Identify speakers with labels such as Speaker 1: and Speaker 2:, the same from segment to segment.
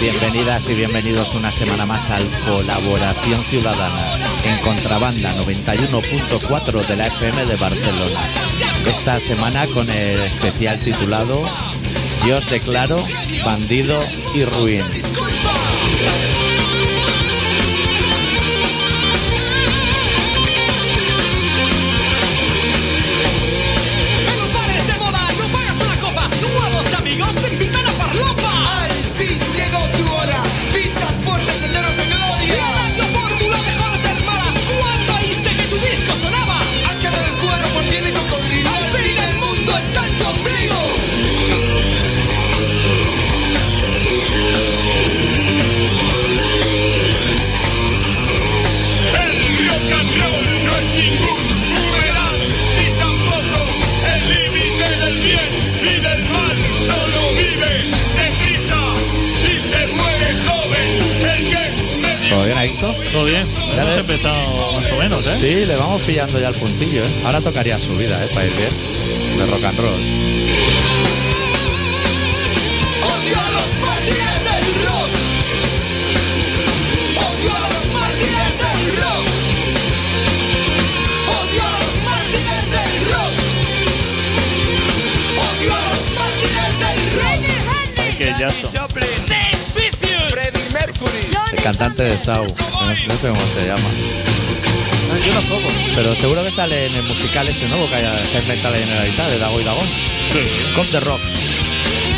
Speaker 1: Bienvenidas y bienvenidos una semana más al Colaboración Ciudadana en Contrabanda 91.4 de la FM de Barcelona. Esta semana con el especial titulado Yo os declaro bandido y ruin.
Speaker 2: En los bares de moda no pagas una copa, nuevos amigos te invitan a farlopa.
Speaker 3: Al fin llegó tu hora, pisas fuertes senderos de
Speaker 2: Y
Speaker 3: gloria.
Speaker 2: la radio fórmula dejó de ser mala cuando oíste que tu disco sonaba.
Speaker 3: Has quemado el cuerpo, tiene cocodrilo.
Speaker 2: Al fin el mundo está en tu ombligo.
Speaker 4: El rock and roll no es ningún boomerang ni tampoco el límite del bien y del mal. Solo vive deprisa y se muere joven el que es medio.
Speaker 1: ¿Todo bien, Adicto?
Speaker 5: Todo bien, hemos empezado más o menos, ¿eh?
Speaker 1: Sí, le vamos pillando ya el puntillo, ¿eh? Ahora tocaría subida, ¿eh? Para ir bien. De rock and roll.
Speaker 2: Odio a los mártires del rock. Odio a los mártires del rock. Odio a los mártires del rock. Odio a los mártires del rock.
Speaker 5: Que ya son.
Speaker 2: Sex Vicious.
Speaker 3: Freddie Mercury.
Speaker 1: El cantante de Sau. No, no sé cómo se llama.
Speaker 5: Yo tampoco.
Speaker 1: Pero seguro que sale en el musical ese nuevo que haya- se ha inventado la Generalitat de Dago y Dagón.
Speaker 5: Sí,
Speaker 1: Con The Rock.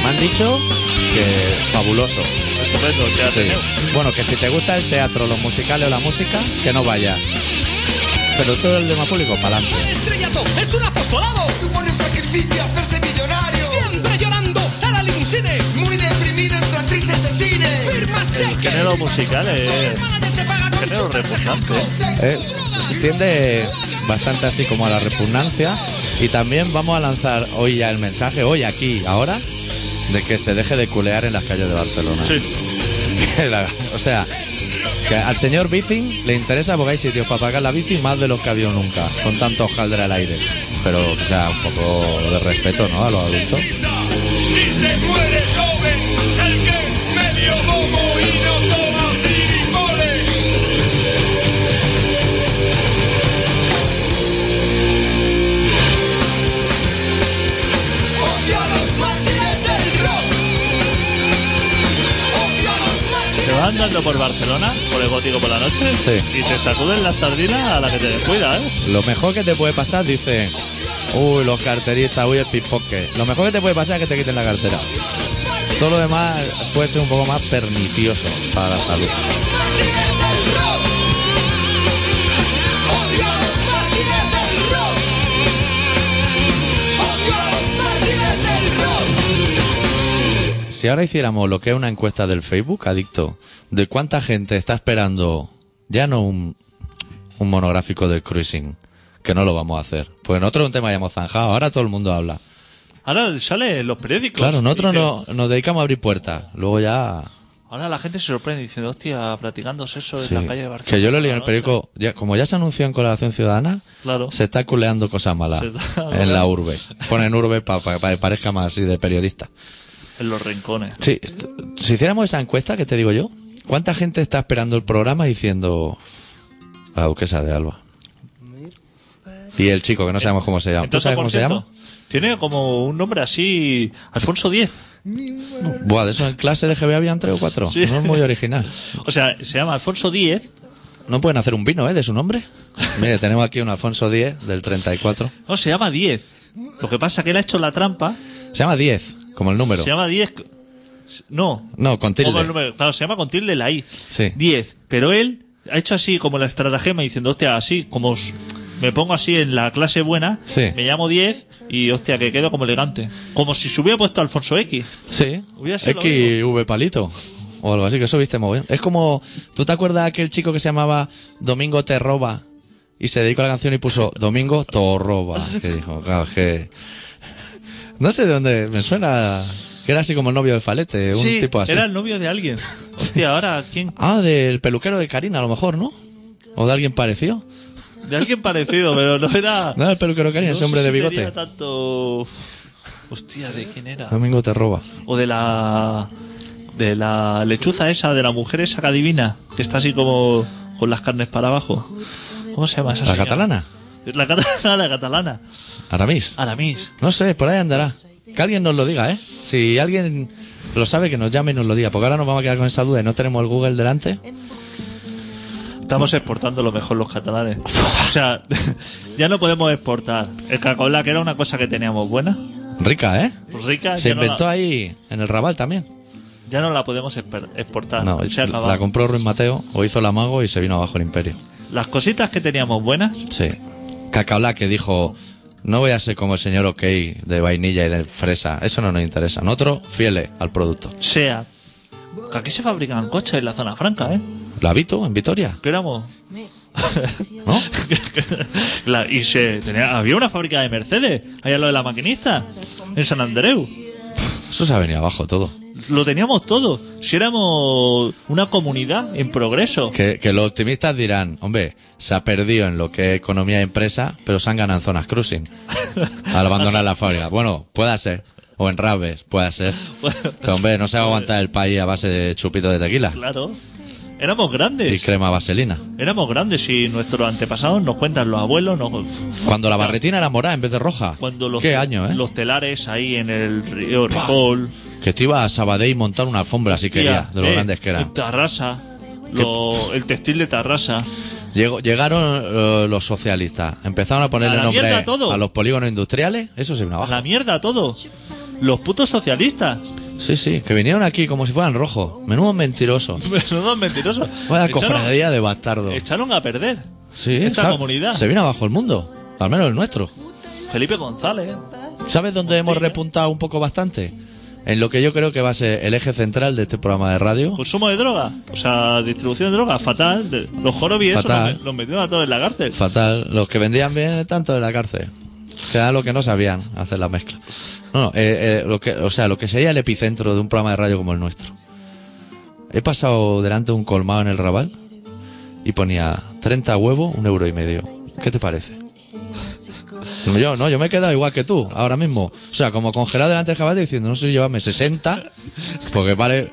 Speaker 1: Me han dicho que fabuloso.
Speaker 5: estupendo, te ha tenido.
Speaker 1: Bueno, que si te gusta el teatro, los musicales o la música, que no vaya. Pero todo el demás público, para adelante.
Speaker 2: El estrellato es un apostolado.
Speaker 3: Supone un sacrificio hacerse millonario.
Speaker 2: Siempre llorando a la limusine.
Speaker 3: Muy deprimido entre actrices de cine.
Speaker 2: Firmas
Speaker 5: El
Speaker 2: cheques.
Speaker 5: género musical es. género repugnante,
Speaker 1: Eh, tiende bastante así como a la repugnancia y también vamos a lanzar hoy ya el mensaje, hoy aquí, ahora, de que se deje de culear en las calles de Barcelona.
Speaker 5: Sí,
Speaker 1: Que la- o sea, que al señor Bicing le interesa porque hay sitios para pagar la bici más de los que ha habido nunca, con tanto hojaldre al aire. Pero, o sea, un poco de respeto, ¿no? A los adultos.
Speaker 4: Y se muere joven el que es medio bobo y no toma tiripoles.
Speaker 2: Odio a los mártires del rock. Odio a los
Speaker 5: te
Speaker 2: mártires
Speaker 5: vas andando por Barcelona, por el gótico por la noche,
Speaker 1: Sí.
Speaker 5: y te sacuden las sardinas a la que te descuida, ¿eh?
Speaker 1: Lo mejor que te puede pasar, dicen, uy, los carteristas, uy, el pickpocket. Lo mejor que te puede pasar es que te quiten la cartera. Todo lo demás puede ser un poco más pernicioso para la salud.
Speaker 2: mártires del rock. Odio a los mártires del rock. Odio a los mártires del rock.
Speaker 1: Si ahora hiciéramos lo que es una encuesta del Facebook, adicto, de cuánta gente está esperando ya no un, un monográfico del cruising, que no lo vamos a hacer. Pues nosotros es un tema ya hemos zanjado, ahora todo el mundo habla.
Speaker 5: Ahora sale en los periódicos.
Speaker 1: Claro, nosotros
Speaker 5: dice-
Speaker 1: no, nos dedicamos a abrir puertas, luego ya...
Speaker 5: Ahora la gente se sorprende diciendo, hostia, platicándose eso
Speaker 1: sí.
Speaker 5: en la calle de Barcelona.
Speaker 1: Que yo lo leí en el
Speaker 5: ¿no?
Speaker 1: periódico, ya- como ya se anunció en Colaboración Ciudadana,
Speaker 5: Claro.
Speaker 1: se está culeando cosas malas
Speaker 5: Se está-
Speaker 1: en la urbe. Ponen urbe para que parezca más así de periodista.
Speaker 5: En los rincones.
Speaker 1: Sí, est- si hiciéramos esa encuesta, que te digo yo? ¿Cuánta gente está esperando el programa diciendo la duquesa de Alba? Y el chico, que no sabemos cómo se llama. ¿Tú
Speaker 5: Entonces,
Speaker 1: sabes cómo se llama?
Speaker 5: Tiene como un nombre así, Alfonso X.
Speaker 1: Buah, de eso en clase de GB habían tres o cuatro.
Speaker 5: Sí.
Speaker 1: No es muy original.
Speaker 5: O sea, se llama Alfonso X.
Speaker 1: No pueden hacer un vino, ¿eh? De su nombre. Mire, tenemos aquí un Alfonso 10 del 34.
Speaker 5: No, se llama 10. Lo que pasa es que él ha hecho la trampa.
Speaker 1: Se llama 10, como el número.
Speaker 5: Se llama 10. No.
Speaker 1: No, con tilde.
Speaker 5: Como el número. Claro, se llama con tilde la I.
Speaker 1: Sí.
Speaker 5: 10. Pero él ha hecho así como la estratagema diciendo, hostia, así, como s- me pongo así en la clase buena,
Speaker 1: Sí.
Speaker 5: me llamo 10 y hostia, que quedo como elegante. Como si se hubiera puesto Alfonso X.
Speaker 1: Sí.
Speaker 5: Hubiera sido lo
Speaker 1: XV palito. O algo así, que eso viste muy bien. Es como. ¿Tú te acuerdas de aquel chico que se llamaba Domingo te roba? Y se dedicó a la canción y puso Domingo to roba. Que dijo, claro, es que. No sé de dónde. Me suena. Que era así como el novio de Falete, un
Speaker 5: Sí,
Speaker 1: tipo así.
Speaker 5: Era el novio de alguien. Hostia, ahora, ¿quién?
Speaker 1: Ah, del peluquero de Karina, a lo mejor, ¿no? O de alguien parecido.
Speaker 5: De alguien parecido, pero no era.
Speaker 1: No, el peluquero de Karina,
Speaker 5: no
Speaker 1: ese hombre
Speaker 5: sé
Speaker 1: de
Speaker 5: si
Speaker 1: bigote.
Speaker 5: tenía tanto. Hostia, ¿de quién era?
Speaker 1: Domingo te roba.
Speaker 5: O de la. de la lechuza esa, de la mujer esa que adivina, que está así como con las carnes para abajo. ¿Cómo se llama esa
Speaker 1: ¿La
Speaker 5: señora?
Speaker 1: catalana?
Speaker 5: La catalana, la catalana.
Speaker 1: Aramis.
Speaker 5: Aramis.
Speaker 1: No sé, por ahí andará. Que alguien nos lo diga, ¿eh? Si alguien lo sabe, que nos llame y nos lo diga. Porque ahora nos vamos a quedar con esa duda y no tenemos el Google delante.
Speaker 5: Estamos exportando lo mejor los catalanes. O sea, ya no podemos exportar. El cacola, que era una cosa que teníamos buena,
Speaker 1: Rica, ¿eh?
Speaker 5: rica,
Speaker 1: Se
Speaker 5: ya,
Speaker 1: inventó
Speaker 5: no la,
Speaker 1: ahí, en el Raval también.
Speaker 5: ya no la podemos exper- exportar.
Speaker 1: No,
Speaker 5: Se ha acabado.
Speaker 1: la compró Ruiz Mateo, o hizo la mago y se vino abajo el imperio.
Speaker 5: Las cositas que teníamos buenas,
Speaker 1: Sí. Cacaolá que dijo, no voy a ser como el señor OK de vainilla y de fresa. Eso no nos interesa. Nosotros, fieles al producto.
Speaker 5: sea. que Aquí se fabrican coches en la zona franca, ¿eh?
Speaker 1: ¿La habito en Vitoria?
Speaker 5: ¿Qué éramos?
Speaker 1: ¿No?
Speaker 5: La- y se tenía, había una fábrica de Mercedes, allá lo de la maquinista, en San Andreu.
Speaker 1: Eso se ha venido abajo todo.
Speaker 5: Lo teníamos todo. Si éramos una comunidad en progreso.
Speaker 1: Que, que los optimistas dirán, hombre, se ha perdido en lo que es economía y empresa, pero se han ganado en zonas cruising. Al abandonar la fábrica. Bueno, puede ser. O en Rabes, puede ser. Pero hombre, no se va a aguantar el país a base de chupito de tequila
Speaker 5: Claro. Éramos
Speaker 1: y
Speaker 5: grandes.
Speaker 1: crema vaselina.
Speaker 5: Éramos grandes y nuestros antepasados nos cuentan los abuelos, nos-
Speaker 1: Cuando la barretina era morada en vez de roja.
Speaker 5: cuando los,
Speaker 1: ¿Qué año, eh?
Speaker 5: los telares ahí en el río Ripoll.
Speaker 1: Que te iba a Sabadell y montar una alfombra si quería,
Speaker 5: Tía,
Speaker 1: de lo
Speaker 5: eh,
Speaker 1: grandes que eran.
Speaker 5: en Tarrasa. lo- el textil de Tarrasa.
Speaker 1: Llegó- llegaron eh, los socialistas, empezaron a ponerle
Speaker 5: A la
Speaker 1: nombre
Speaker 5: mierda todo.
Speaker 1: a los polígonos industriales. Eso se vino
Speaker 5: A
Speaker 1: abajo.
Speaker 5: la mierda todo. Los putos socialistas.
Speaker 1: Sí, sí, que vinieron aquí como si fueran rojos. Menudo mentiroso.
Speaker 5: Menudo mentirosos.
Speaker 1: Vaya
Speaker 5: Echaron-
Speaker 1: cofradía de bastardo.
Speaker 5: Echaron a perder.
Speaker 1: Sí,
Speaker 5: esta
Speaker 1: sa-
Speaker 5: comunidad.
Speaker 1: Se vino abajo el mundo, al menos el nuestro.
Speaker 5: Felipe González. ¿eh?
Speaker 1: ¿Sabes dónde hemos repuntado un poco bastante? En lo que yo creo que va a ser el eje central de este programa de radio.
Speaker 5: Consumo de droga. O sea, distribución de droga. Fatal. De- Los jorobis eso,
Speaker 1: Fatal.
Speaker 5: los, me- los metieron a todos en la cárcel.
Speaker 1: Fatal. Los que vendían bien tanto de la cárcel. Que era lo que no sabían hacer la mezcla. No, no, eh, eh, lo que, o sea, lo que sería el epicentro de un programa de radio como el nuestro. He pasado delante de un colmado en el Raval y ponía 30 huevos, un euro y medio. ¿Qué te parece? Yo, no, yo me he quedado igual que tú, ahora mismo. O sea, como congelado delante del jabalí diciendo, no sé si llevarme 60, porque vale,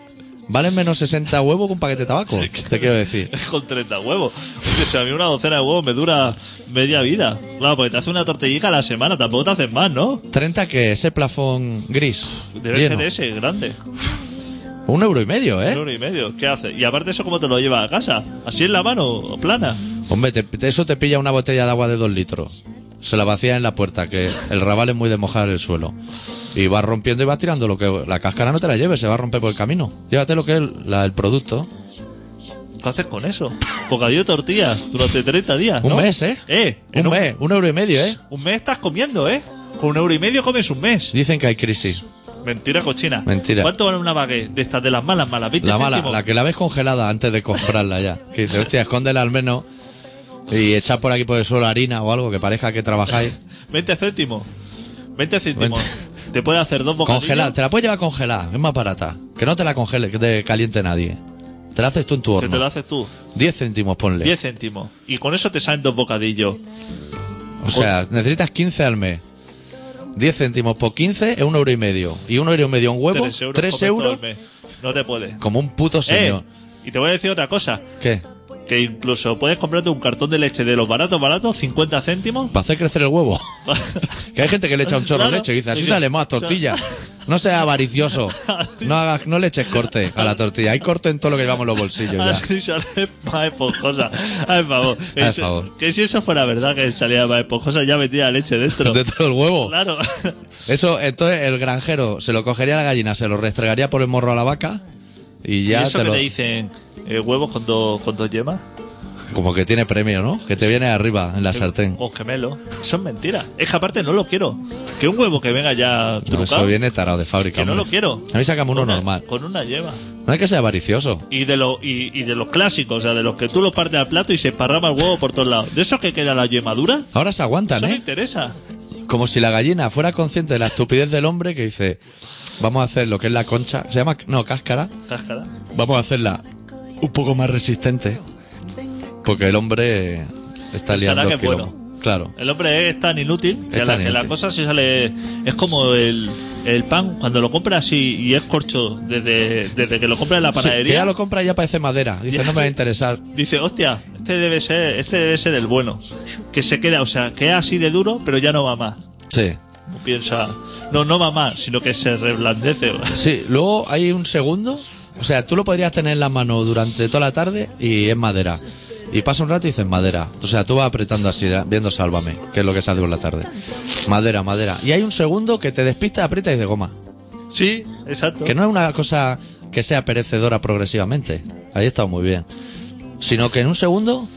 Speaker 1: valen menos 60 huevos que un paquete de tabaco, te quiero decir.
Speaker 5: Con 30 huevos. Oye, si a mí una docena de huevos me dura media vida. Claro, porque te hace una tortillica a la semana. Tampoco te haces más, ¿no?
Speaker 1: 30 que ese plafón gris.
Speaker 5: Debe
Speaker 1: lleno.
Speaker 5: ser ese, grande.
Speaker 1: Un euro y medio,
Speaker 5: Un
Speaker 1: ¿eh?
Speaker 5: euro y medio. ¿Qué hace? Y aparte, eso, ¿cómo te lo llevas a casa? ¿Así en la mano? ¿O plana?
Speaker 1: Hombre, te- te- eso te pilla una botella de agua de dos litros. Se la vacía en la puerta, que el rabal es muy de mojar el suelo. Y vas rompiendo y vas tirando lo que. La cáscara no te la lleves, se va a romper por el camino. Llévate lo que es la- el producto.
Speaker 5: ¿Qué haces con eso? Bocadillo de tortilla durante 30 días.
Speaker 1: Un
Speaker 5: ¿no?
Speaker 1: mes, ¿eh?
Speaker 5: Eh, en
Speaker 1: Un mes, un euro y medio, ¿eh?
Speaker 5: Un mes estás comiendo, ¿eh? Con un euro y medio comes un mes.
Speaker 1: Dicen que hay crisis.
Speaker 5: Mentira cochina.
Speaker 1: Mentira.
Speaker 5: ¿Cuánto vale una baguette de estas de las malas, malas? 20
Speaker 1: La mala,
Speaker 5: céntimos.
Speaker 1: la que la ves congelada antes de comprarla ya. Que dices, hostia, escóndela al menos. Y echad por aquí por el suelo harina o algo que parezca que trabajáis.
Speaker 5: 20 céntimos. 20 céntimos. Te puede hacer dos bocadillos.
Speaker 1: Congelada, te la puedes llevar congelada, es más barata. Que no te la congele, que te caliente nadie. Te la haces tú en tu
Speaker 5: Que te lo
Speaker 1: horno.
Speaker 5: haces tú.
Speaker 1: 10 céntimos, ponle.
Speaker 5: 10 céntimos. Y con eso te salen dos bocadillos.
Speaker 1: O sea, necesitas 15 al mes. 10 céntimos por 15 es un euro y medio. Y un euro y medio un huevo,
Speaker 5: 3 euros.
Speaker 1: 3
Speaker 5: comes todo
Speaker 1: euros,
Speaker 5: el mes. Eh. No te puede.
Speaker 1: como un puto señor.
Speaker 5: Y te voy a decir otra cosa.
Speaker 1: ¿Qué?
Speaker 5: Que incluso puedes comprarte un cartón de leche de los baratos, baratos, 50 céntimos.
Speaker 1: ¿Para hacer crecer el huevo? que hay gente que le echa un chorro de
Speaker 5: Claro.
Speaker 1: leche y dice, así
Speaker 5: Sí,
Speaker 1: sale más
Speaker 5: claro.
Speaker 1: tortilla. No seas avaricioso. No hagas, no le eches corte a la tortilla. Hay corte en todo lo que llevamos en los bolsillos ya.
Speaker 5: Así sale más esponjosa. Ay, por favor.
Speaker 1: Ay,
Speaker 5: Eso-
Speaker 1: favor.
Speaker 5: Que si eso fuera verdad que salía más esponjosa, ya metía leche dentro.
Speaker 1: De todo el huevo.
Speaker 5: Claro.
Speaker 1: Eso, entonces el granjero se lo cogería a la gallina, se lo restregaría por el morro a la vaca y ya
Speaker 5: ¿Y
Speaker 1: te
Speaker 5: eso que
Speaker 1: lo-
Speaker 5: te dicen eh, huevos con dos con dos yemas,
Speaker 1: como que tiene premio, ¿no? Que te viene arriba en la sartén.
Speaker 5: con gemelo. Son mentiras. Es que aparte no lo quiero. Que un huevo que venga ya
Speaker 1: No,
Speaker 5: trucado,
Speaker 1: eso viene tarado de fábrica.
Speaker 5: que no lo
Speaker 1: hombre.
Speaker 5: quiero.
Speaker 1: A mí sacamos uno
Speaker 5: Con una-
Speaker 1: normal.
Speaker 5: Con una yema.
Speaker 1: No hay que ser avaricioso.
Speaker 5: Y de, lo, y, y de los clásicos, o sea, de los que tú lo partes al plato y se esparrama el huevo por todos lados. ¿De esos que queda la yema dura?
Speaker 1: Ahora se aguantan,
Speaker 5: Eso no
Speaker 1: ¿eh?
Speaker 5: interesa.
Speaker 1: Como si la gallina fuera consciente de la estupidez del hombre que dice, vamos a hacer lo que es la concha, se llama, no, cáscara,
Speaker 5: Cáscara.
Speaker 1: vamos a hacerla un poco más resistente. Porque el hombre está
Speaker 5: Pensará
Speaker 1: liando
Speaker 5: que es bueno.
Speaker 1: quilombo. Claro.
Speaker 5: El hombre es tan inútil que
Speaker 1: Es
Speaker 5: a la
Speaker 1: tan
Speaker 5: que la
Speaker 1: inútil.
Speaker 5: cosa se sale. Es como el, el pan, cuando lo compras así y es corcho desde, desde que lo compras en la
Speaker 1: Sí, que
Speaker 5: panadería,
Speaker 1: ya lo compra y ya parece madera. Dice,
Speaker 5: Ya.
Speaker 1: no me va a interesar.
Speaker 5: dice, hostia, este debe ser, este debe ser el bueno. Que se queda, o sea, que es así de duro, pero ya no va más.
Speaker 1: Sí.
Speaker 5: No piensa, no, no va más, sino que se reblandece.
Speaker 1: Sí, luego hay un segundo. O sea, tú lo podrías tener en la mano durante toda la tarde y es madera. Y pasa un rato y dices madera. O sea, tú vas apretando así, da- viendo sálvame, que es lo que se hace por la tarde. Madera, madera. Y hay un segundo que te despista, aprieta y de goma.
Speaker 5: Sí, exacto.
Speaker 1: Que no es una cosa que sea perecedora progresivamente. Ahí está muy bien. Sino que en un segundo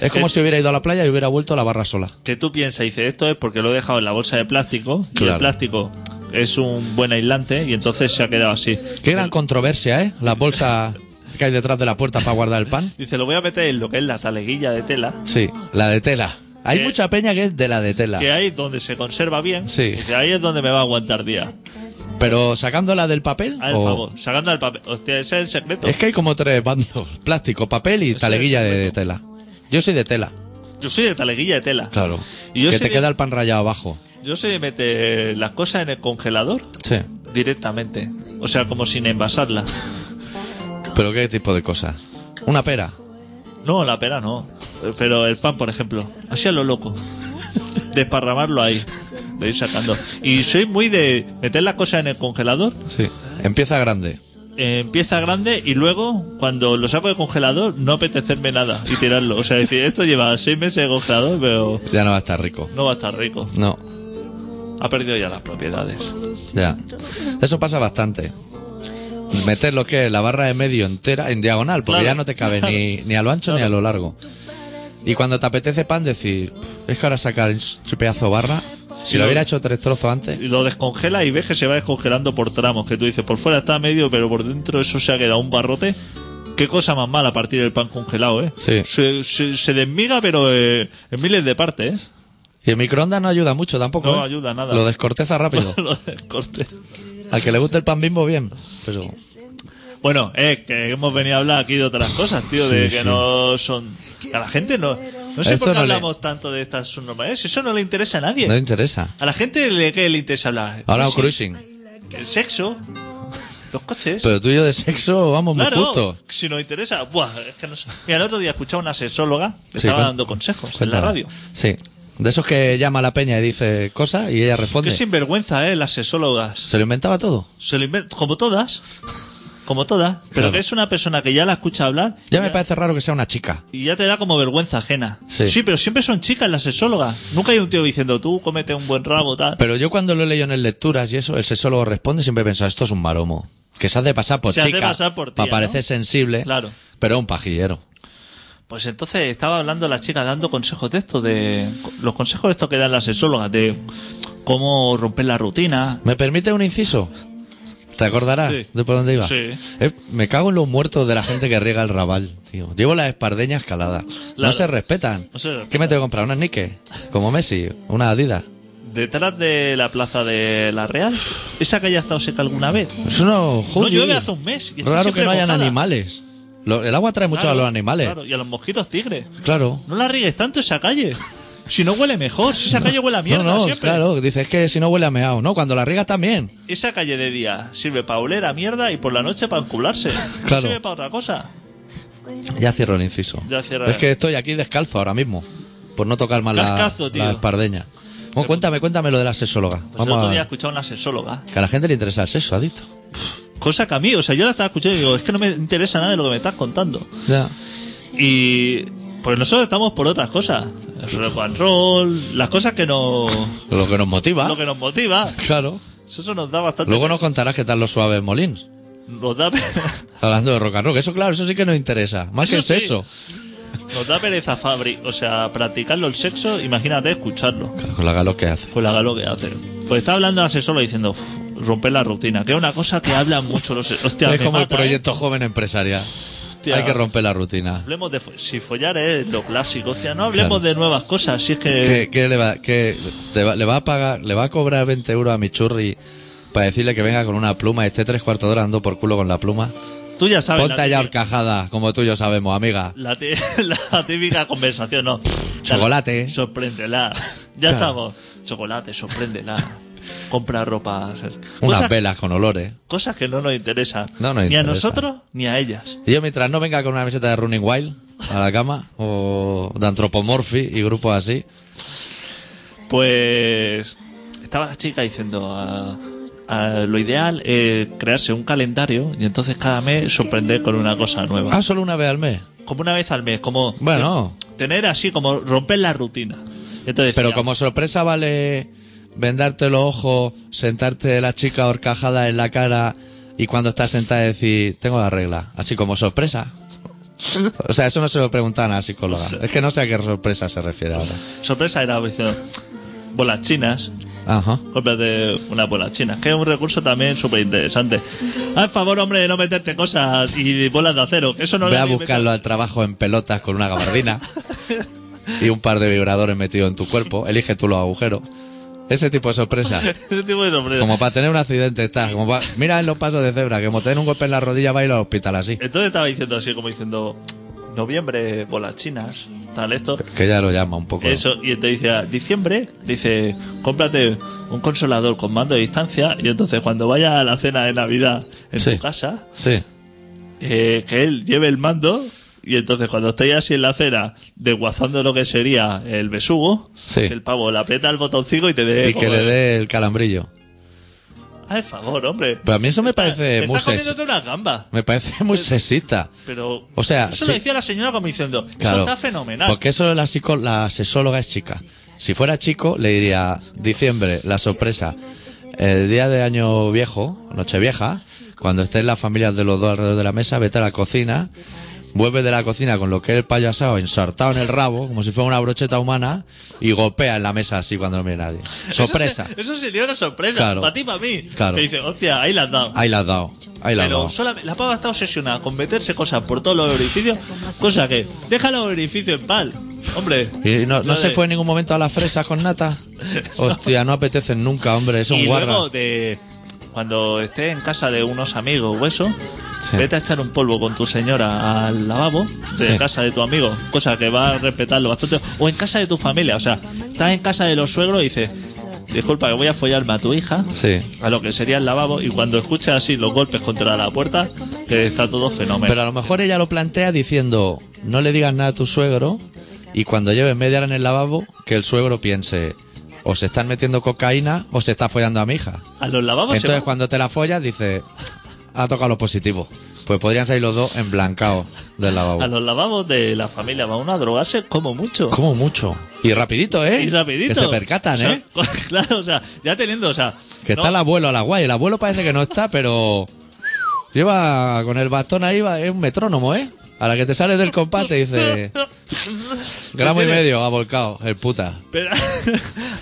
Speaker 1: es como
Speaker 5: Eh.
Speaker 1: si hubiera ido a la playa y hubiera vuelto a la barra sola.
Speaker 5: que tú piensas y dices esto es porque lo he dejado en la bolsa de plástico y
Speaker 1: Claro.
Speaker 5: el plástico es un buen aislante y entonces se ha quedado así.
Speaker 1: Qué gran controversia, ¿eh? Las bolsas que hay detrás de la puerta para guardar el pan.
Speaker 5: Dice, lo voy a meter en lo que es la taleguilla de tela,
Speaker 1: Sí, la de tela. Hay
Speaker 5: Eh.
Speaker 1: mucha peña que es de la de tela.
Speaker 5: que ahí es donde se conserva bien,
Speaker 1: Ah. Sí.
Speaker 5: dice, ahí es donde me va a aguantar día.
Speaker 1: Pero sacándola del papel.
Speaker 5: Haz el
Speaker 1: o-
Speaker 5: favor, sacando el papel. Hostia, ese es el secreto.
Speaker 1: Oh. Es que hay como tres bandos: plástico, papel y
Speaker 5: es
Speaker 1: taleguilla
Speaker 5: el
Speaker 1: de,
Speaker 5: secreto.
Speaker 1: tela. Yo soy de tela.
Speaker 5: Yo soy de taleguilla de tela.
Speaker 1: Claro.
Speaker 5: Y yo
Speaker 1: que
Speaker 5: soy
Speaker 1: te
Speaker 5: de-
Speaker 1: queda el pan rayado abajo.
Speaker 5: Yo soy de meter las cosas en el congelador
Speaker 1: Sí.
Speaker 5: directamente. O sea, como sin envasarla.
Speaker 1: Pero qué tipo de cosas. Una pera.
Speaker 5: No, la pera no. Pero el pan, por ejemplo. Así a lo loco. Desparramarlo ahí. De ir sacando. Y soy muy de meter las cosas en el congelador.
Speaker 1: Sí. Empieza grande.
Speaker 5: eh, empieza grande y luego, cuando lo saco del congelador, no apetecerme nada y tirarlo. O sea, decir, esto lleva seis meses en el congelador, pero
Speaker 1: Ya no va a estar rico.
Speaker 5: no va a estar rico.
Speaker 1: No.
Speaker 5: Ha perdido ya las propiedades.
Speaker 1: Ya. Eso pasa bastante. Meter lo que es la barra de medio entera en diagonal, porque ya
Speaker 5: Claro,
Speaker 1: no te cabe
Speaker 5: claro.
Speaker 1: ni, ni a lo ancho ni a lo largo. Y cuando te apetece pan, decir, es que ahora sacar ese pedazo de barra, si
Speaker 5: Y
Speaker 1: lo
Speaker 5: lo-
Speaker 1: hubiera hecho tres trozos antes,
Speaker 5: Y lo descongela y ves que se va descongelando por tramos. Que tú dices, por fuera está medio, pero por dentro eso se ha quedado un barrote. Qué cosa más mala partir el pan congelado, ¿eh?
Speaker 1: Sí.
Speaker 5: Se, se, se desmiga, pero eh, en miles de partes, ¿eh?
Speaker 1: Y el microondas no ayuda mucho tampoco.
Speaker 5: No
Speaker 1: ¿eh?
Speaker 5: ayuda nada.
Speaker 1: Lo descorteza
Speaker 5: ¿eh?
Speaker 1: rápido.
Speaker 5: Lo descorte.
Speaker 1: Al que le guste el pan bimbo, bien. Pero
Speaker 5: Bueno, eh, que hemos venido a hablar aquí de otras cosas, tío, de
Speaker 1: Sí,
Speaker 5: que
Speaker 1: sí.
Speaker 5: no son... A la gente no... No sé
Speaker 1: Esto
Speaker 5: por qué
Speaker 1: no le-
Speaker 5: hablamos tanto de estas subnormalidades, eso no le interesa a nadie.
Speaker 1: no le interesa.
Speaker 5: A la gente le, que le interesa hablar.
Speaker 1: Ahora un
Speaker 5: Sí,
Speaker 1: cruising.
Speaker 5: El sexo, los coches...
Speaker 1: Pero tú y yo de sexo vamos muy
Speaker 5: Claro,
Speaker 1: justo.
Speaker 5: si nos interesa. Buah, es que no sé. Mira, el otro día escuchaba a una sexóloga que
Speaker 1: Sí,
Speaker 5: estaba
Speaker 1: cuen-
Speaker 5: dando consejos en
Speaker 1: Cuéntala.
Speaker 5: la radio.
Speaker 1: Sí. De esos que llama a la peña y dice cosas y ella responde.
Speaker 5: Qué sinvergüenza, ¿eh? Las sexólogas.
Speaker 1: Se lo inventaba todo.
Speaker 5: Se lo inven- Como todas. Como todas. Pero
Speaker 1: Claro.
Speaker 5: que es una persona que ya la escucha hablar
Speaker 1: Ya me parece raro que sea una chica.
Speaker 5: y ya te da como vergüenza ajena.
Speaker 1: Sí.
Speaker 5: pero siempre son chicas las sexólogas. Nunca hay un tío diciendo, tú cómete un buen rabo, tal.
Speaker 1: Pero yo cuando lo he leído en lecturas y eso, el sexólogo responde siempre he pensado, esto es un maromo. Que se hace pasar por
Speaker 5: Se hace
Speaker 1: chica.
Speaker 5: pasar por
Speaker 1: para
Speaker 5: tía,
Speaker 1: parecer
Speaker 5: ¿no?
Speaker 1: sensible.
Speaker 5: Claro.
Speaker 1: Pero un pajillero.
Speaker 5: Pues entonces estaba hablando la chica dando consejos de esto, de los consejos estos que dan las sexólogas, de cómo romper la rutina,
Speaker 1: ¿Me permite un inciso? ¿Te acordarás
Speaker 5: Sí.
Speaker 1: de por dónde iba?
Speaker 5: Sí.
Speaker 1: Eh, me cago en los muertos de la gente que riega el rabal, tío. Llevo las espardeñas caladas. No
Speaker 5: Claro.
Speaker 1: se respetan.
Speaker 5: No se respetan.
Speaker 1: ¿Qué me tengo que comprar? ¿Unas Nike? Como Messi, una Adidas.
Speaker 5: Detrás de la plaza de la Real, esa que haya estado seca alguna vez.
Speaker 1: Pues Es uno
Speaker 5: No
Speaker 1: jolly.
Speaker 5: llueve hace un mes. y está
Speaker 1: Raro
Speaker 5: siempre
Speaker 1: que no hayan
Speaker 5: mojada.
Speaker 1: animales. Lo- el agua trae mucho
Speaker 5: Claro,
Speaker 1: a los animales.
Speaker 5: claro, y a los mosquitos tigres.
Speaker 1: Claro.
Speaker 5: No la riegues tanto esa calle. Si no huele mejor, si esa calle huele a mierda
Speaker 1: no, no,
Speaker 5: siempre.
Speaker 1: claro. Dices que si no huele a meao. No, cuando la riegas también.
Speaker 5: Esa calle de día sirve para oler a mierda y por la noche para encularse. No
Speaker 1: Claro.
Speaker 5: sirve para otra cosa.
Speaker 1: Ya cierro el inciso.
Speaker 5: Ya cierra.
Speaker 1: Es que estoy aquí descalzo ahora mismo. Por no tocar más la,
Speaker 5: Cascazo, tío.
Speaker 1: la espardeña. Bueno, cuéntame, cuéntame lo de la sexóloga.
Speaker 5: Pues el
Speaker 1: Vamos
Speaker 5: otro
Speaker 1: a-
Speaker 5: día escuchaba a una sexóloga.
Speaker 1: Que a la gente le interesa el sexo, adicto.
Speaker 5: Cosa que a mí, o sea, yo la estaba escuchando y digo, es que no me interesa nada de lo que me estás contando.
Speaker 1: Ya.
Speaker 5: Y pues nosotros estamos por otras cosas. El rock and roll, las cosas que nos,
Speaker 1: Lo que nos motiva.
Speaker 5: lo que nos motiva.
Speaker 1: Claro.
Speaker 5: Eso nos da bastante.
Speaker 1: Luego nos contarás qué tal los suaves molins.
Speaker 5: nos da,
Speaker 1: Hablando de rock and roll. Eso, claro, eso sí que nos interesa. Más que el
Speaker 5: Eso sí.
Speaker 1: sexo.
Speaker 5: nos da pereza Fabri. O sea, practicarlo el sexo, imagínate escucharlo.
Speaker 1: Con la galo que hace.
Speaker 5: Pues la galo que hace. Pues está hablando así solo diciendo, "Uf, romper la rutina. Que es una cosa que hablan mucho los. Hostia,
Speaker 1: es
Speaker 5: me
Speaker 1: como el
Speaker 5: mata, ¿eh?
Speaker 1: proyecto joven empresarial.
Speaker 5: Hostia.
Speaker 1: Hay que romper la rutina.
Speaker 5: ¿eh? Hablemos de. fo- Si follar es lo clásico. Hostia, no hablemos
Speaker 1: Claro.
Speaker 5: de nuevas cosas. Si es que.
Speaker 1: ¿Qué, qué le, va, qué- te va- le va a pagar, le va a cobrar 20 euros a mi churri para decirle que venga con una pluma y esté tres cuartos de hora andando por culo con la pluma?
Speaker 5: Tú ya sabes.
Speaker 1: Ponte
Speaker 5: la
Speaker 1: allá
Speaker 5: típica-
Speaker 1: horcajada, como tú y yo sabemos, amiga.
Speaker 5: la, tí- la típica conversación, no.
Speaker 1: Chocolate.
Speaker 5: Sorpréndela. Ya
Speaker 1: Claro.
Speaker 5: estamos. Chocolate, sorpréndela. comprar ropa. o sea,
Speaker 1: Unas
Speaker 5: cosas,
Speaker 1: velas con olores.
Speaker 5: cosas que no nos interesan.
Speaker 1: No nos
Speaker 5: ni a
Speaker 1: interesa.
Speaker 5: nosotros ni a ellas.
Speaker 1: Y yo mientras no venga con una meseta de Running Wild a la cama, o de Anthropomorphy y grupos así,
Speaker 5: Pues estaba la chica diciendo ah, ah, lo ideal es crearse un calendario y entonces cada mes sorprender con una cosa nueva.
Speaker 1: ah, solo una vez al mes.
Speaker 5: Como una vez al mes, como
Speaker 1: Bueno.
Speaker 5: te- tener así, como romper la rutina. Entonces,
Speaker 1: Pero
Speaker 5: decía,
Speaker 1: como sorpresa vale vendarte los ojos, sentarte la chica horcajada en la cara y cuando estás sentada decir, tengo la regla. Así como sorpresa. O sea, eso no se lo preguntan a la psicóloga. Es que no sé a qué sorpresa se refiere ahora.
Speaker 5: sorpresa era diciendo, bolas chinas,
Speaker 1: Ajá.
Speaker 5: cómprate unas bolas chinas, que es un recurso también súper interesante. Haz favor, hombre, de no meterte cosas y bolas de acero, que eso no
Speaker 1: Voy
Speaker 5: le
Speaker 1: a buscarlo al trabajo en pelotas con una gabardina y un par de vibradores metidos en tu cuerpo. Elige tú los agujeros. Ese tipo de sorpresa.
Speaker 5: Ese tipo de sorpresa.
Speaker 1: Como para tener un accidente, está. Como pa- Mira en los pasos de cebra, que como te den un golpe en la rodilla, va a ir al hospital así.
Speaker 5: Entonces estaba diciendo así, como diciendo, noviembre, bolas chinas, tal, esto.
Speaker 1: Que ya lo llama un poco.
Speaker 5: Eso, y entonces dice, diciembre, dice, cómprate un consolador con mando de distancia y entonces cuando vaya a la cena de Navidad en
Speaker 1: Sí.
Speaker 5: su casa,
Speaker 1: Sí.
Speaker 5: eh, que él lleve el mando y entonces cuando estéis así en la cena desguazando lo que sería el besugo,
Speaker 1: Sí.
Speaker 5: que el pavo le aprieta el botoncito y te dé...
Speaker 1: Y que le dé el calambrillo.
Speaker 5: Haz el favor, hombre.
Speaker 1: Pero a mí eso me
Speaker 5: Te
Speaker 1: parece
Speaker 5: estás
Speaker 1: muy sexista.
Speaker 5: comiéndote una gamba.
Speaker 1: Me parece muy sexista.
Speaker 5: Pero...
Speaker 1: O sea,
Speaker 5: Eso
Speaker 1: sí.
Speaker 5: lo decía la señora como diciendo,
Speaker 1: Claro.
Speaker 5: eso está fenomenal.
Speaker 1: Porque eso la, psico- la sexóloga es chica. Si fuera chico, le diría diciembre, la sorpresa. El día de año viejo, Nochevieja, cuando estén las familias de los dos alrededor de la mesa, vete a la cocina, vuelve de la cocina con lo que es el payo asado ensartado en el rabo, como si fuera una brocheta humana, y golpea en la mesa así cuando no mire nadie.
Speaker 5: Eso
Speaker 1: Sorpresa.
Speaker 5: se- Eso, sería una sorpresa.
Speaker 1: Claro.
Speaker 5: Para ti, para mí.
Speaker 1: Claro.
Speaker 5: Que dice, hostia, ahí la has dado.
Speaker 1: Ahí la has dado. Ahí la has
Speaker 5: Pero
Speaker 1: dado.
Speaker 5: solamente, la pava está obsesionada con meterse cosas por todos los orificios, cosa que deja los orificios en paz. Hombre.
Speaker 1: ¿Y no, no
Speaker 5: Lo
Speaker 1: se
Speaker 5: de-
Speaker 1: fue en ningún momento a las fresas con nata? Hostia, no apetecen nunca, hombre, es un
Speaker 5: Y
Speaker 1: guarra.
Speaker 5: luego de cuando estés en casa de unos amigos o eso,
Speaker 1: Sí.
Speaker 5: vete a echar un polvo con tu señora al lavabo de
Speaker 1: Sí.
Speaker 5: casa de tu amigo, cosa que va a respetarlo bastante. O en casa de tu familia, o sea, estás en casa de los suegros y dices, disculpa que voy a follarme a tu hija,
Speaker 1: Sí.
Speaker 5: a lo que sería el lavabo, y cuando escuchas así los golpes contra la puerta, que está todo fenómeno.
Speaker 1: Pero a lo mejor ella lo plantea diciendo, no le digas nada a tu suegro y cuando lleves media hora en el lavabo, que el suegro piense, o se están metiendo cocaína o se está follando a mi hija.
Speaker 5: a los lavabos se
Speaker 1: Entonces
Speaker 5: va-
Speaker 1: cuando te la follas, dice, ha tocado lo positivo. Pues podrían salir los dos emblancados del
Speaker 5: A
Speaker 1: lavabo.
Speaker 5: los lavabos de la familia va uno a drogarse como mucho.
Speaker 1: Como mucho. Y rapidito, ¿eh?
Speaker 5: Y rapidito.
Speaker 1: Que se percatan,
Speaker 5: O sea,
Speaker 1: ¿eh?
Speaker 5: Claro, o sea, ya teniendo, o sea...
Speaker 1: Que
Speaker 5: no-
Speaker 1: está el abuelo a la guay. El abuelo parece que no está, pero lleva con el bastón ahí, va- es un metrónomo, ¿eh? A la que te sales del compás te dice, gramo y medio ha volcado, el puta.
Speaker 5: Pero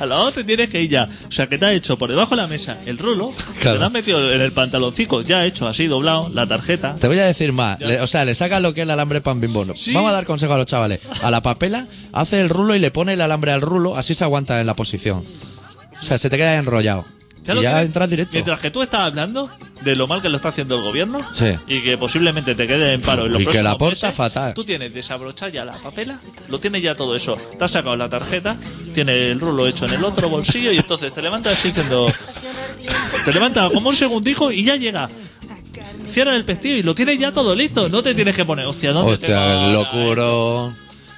Speaker 5: a la hora te tienes que ir ya. O sea, que te has hecho por debajo de la mesa el rulo,
Speaker 1: Claro.
Speaker 5: te lo has metido en el pantaloncico, ya hecho, así doblado, la tarjeta.
Speaker 1: Te voy a decir más. Le- o sea, le sacas lo que es el alambre pan bimbo.
Speaker 5: Sí.
Speaker 1: Vamos a dar consejo a los chavales. A la papela, hace el rulo y le pone el alambre al rulo, así se aguanta en la posición. O sea, se te queda enrollado.
Speaker 5: Ya
Speaker 1: y
Speaker 5: lo
Speaker 1: ya
Speaker 5: tienes.
Speaker 1: entras directo.
Speaker 5: Mientras que tú estás hablando de lo mal que lo está haciendo el gobierno
Speaker 1: Sí.
Speaker 5: y que posiblemente te quede en paro en los
Speaker 1: Y que
Speaker 5: próximos
Speaker 1: la porta
Speaker 5: meses,
Speaker 1: fatal.
Speaker 5: Tú tienes desabrochada ya la papela, lo tienes ya todo eso. Te has sacado la tarjeta, tienes el rulo hecho en el otro bolsillo y entonces te levantas así diciendo. Te levantas como un segundico y ya llega. Cierra el pestillo y lo tienes ya todo listo. No te tienes que poner, hostia, ¿dónde te
Speaker 1: Hostia,
Speaker 5: va?
Speaker 1: el locuro.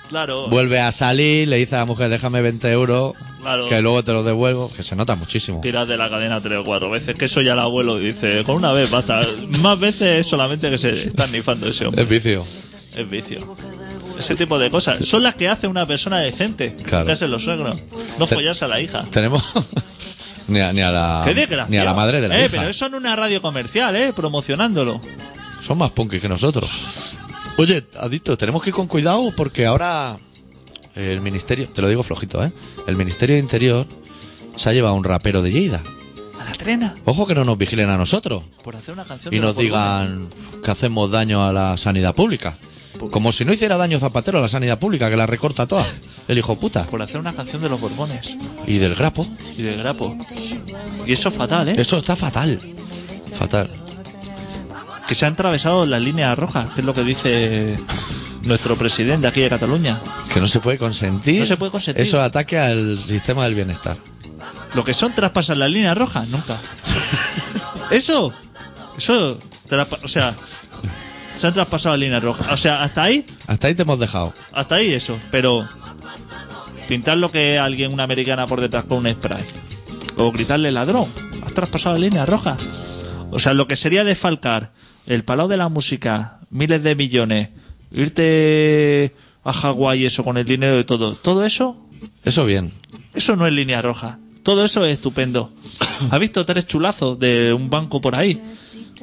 Speaker 5: Claro.
Speaker 1: Vuelve a salir, le dice a la mujer, déjame 20 euros,
Speaker 5: Claro.
Speaker 1: que luego te los devuelvo. Que se nota muchísimo.
Speaker 5: Tiras de la cadena tres o cuatro veces, que eso ya el abuelo dice, con una vez basta. Más veces es solamente que se está nifando ese hombre.
Speaker 1: Es vicio.
Speaker 5: Es vicio. Ese tipo de cosas. Son las que hace una persona decente.
Speaker 1: Claro.
Speaker 5: Quitarse los suegros. No follarse a la hija.
Speaker 1: Tenemos. ni, a, Ah, ni a la.
Speaker 5: Qué desgracia.
Speaker 1: Ni a la madre de la
Speaker 5: eh,
Speaker 1: hija.
Speaker 5: Pero eso en una radio comercial, ¿eh? Promocionándolo.
Speaker 1: Son más punkis que nosotros. Oye, Adicto, tenemos que ir con cuidado porque ahora el ministerio, te lo digo flojito, ¿eh? El ministerio de Interior se ha llevado a un rapero de Lleida.
Speaker 5: A la trena.
Speaker 1: Ojo que no nos vigilen a nosotros
Speaker 5: Por hacer una canción.
Speaker 1: y
Speaker 5: de
Speaker 1: nos
Speaker 5: los volúmenes.
Speaker 1: digan que hacemos daño a la sanidad pública. Como si no hiciera daño Zapatero a la sanidad pública, que la recorta toda. El hijo puta.
Speaker 5: Por hacer una canción de los borbones.
Speaker 1: Y del grapo.
Speaker 5: Y de grapo. Y eso es fatal, ¿eh?
Speaker 1: Eso está fatal. Fatal.
Speaker 5: Que se han atravesado las líneas rojas, que es lo que dice nuestro presidente aquí de Cataluña.
Speaker 1: Que no se puede consentir.
Speaker 5: No se puede consentir.
Speaker 1: Eso ataque al sistema del bienestar.
Speaker 5: Lo que son traspasar la línea roja, nunca. eso, eso, traspa- o sea, se han traspasado la línea roja. O sea, hasta ahí,
Speaker 1: Hasta ahí te hemos dejado.
Speaker 5: hasta ahí eso. Pero pintar lo que es alguien, una americana por detrás con un spray. O gritarle ladrón, has traspasado la línea roja. O sea, lo que sería defalcar el Palau de la Música, miles de millones, irte a Hawái eso con el dinero de todo, todo eso
Speaker 1: Eso bien.
Speaker 5: eso no es línea roja. Todo eso es estupendo. ¿Ha visto tres chulazos de un banco por ahí?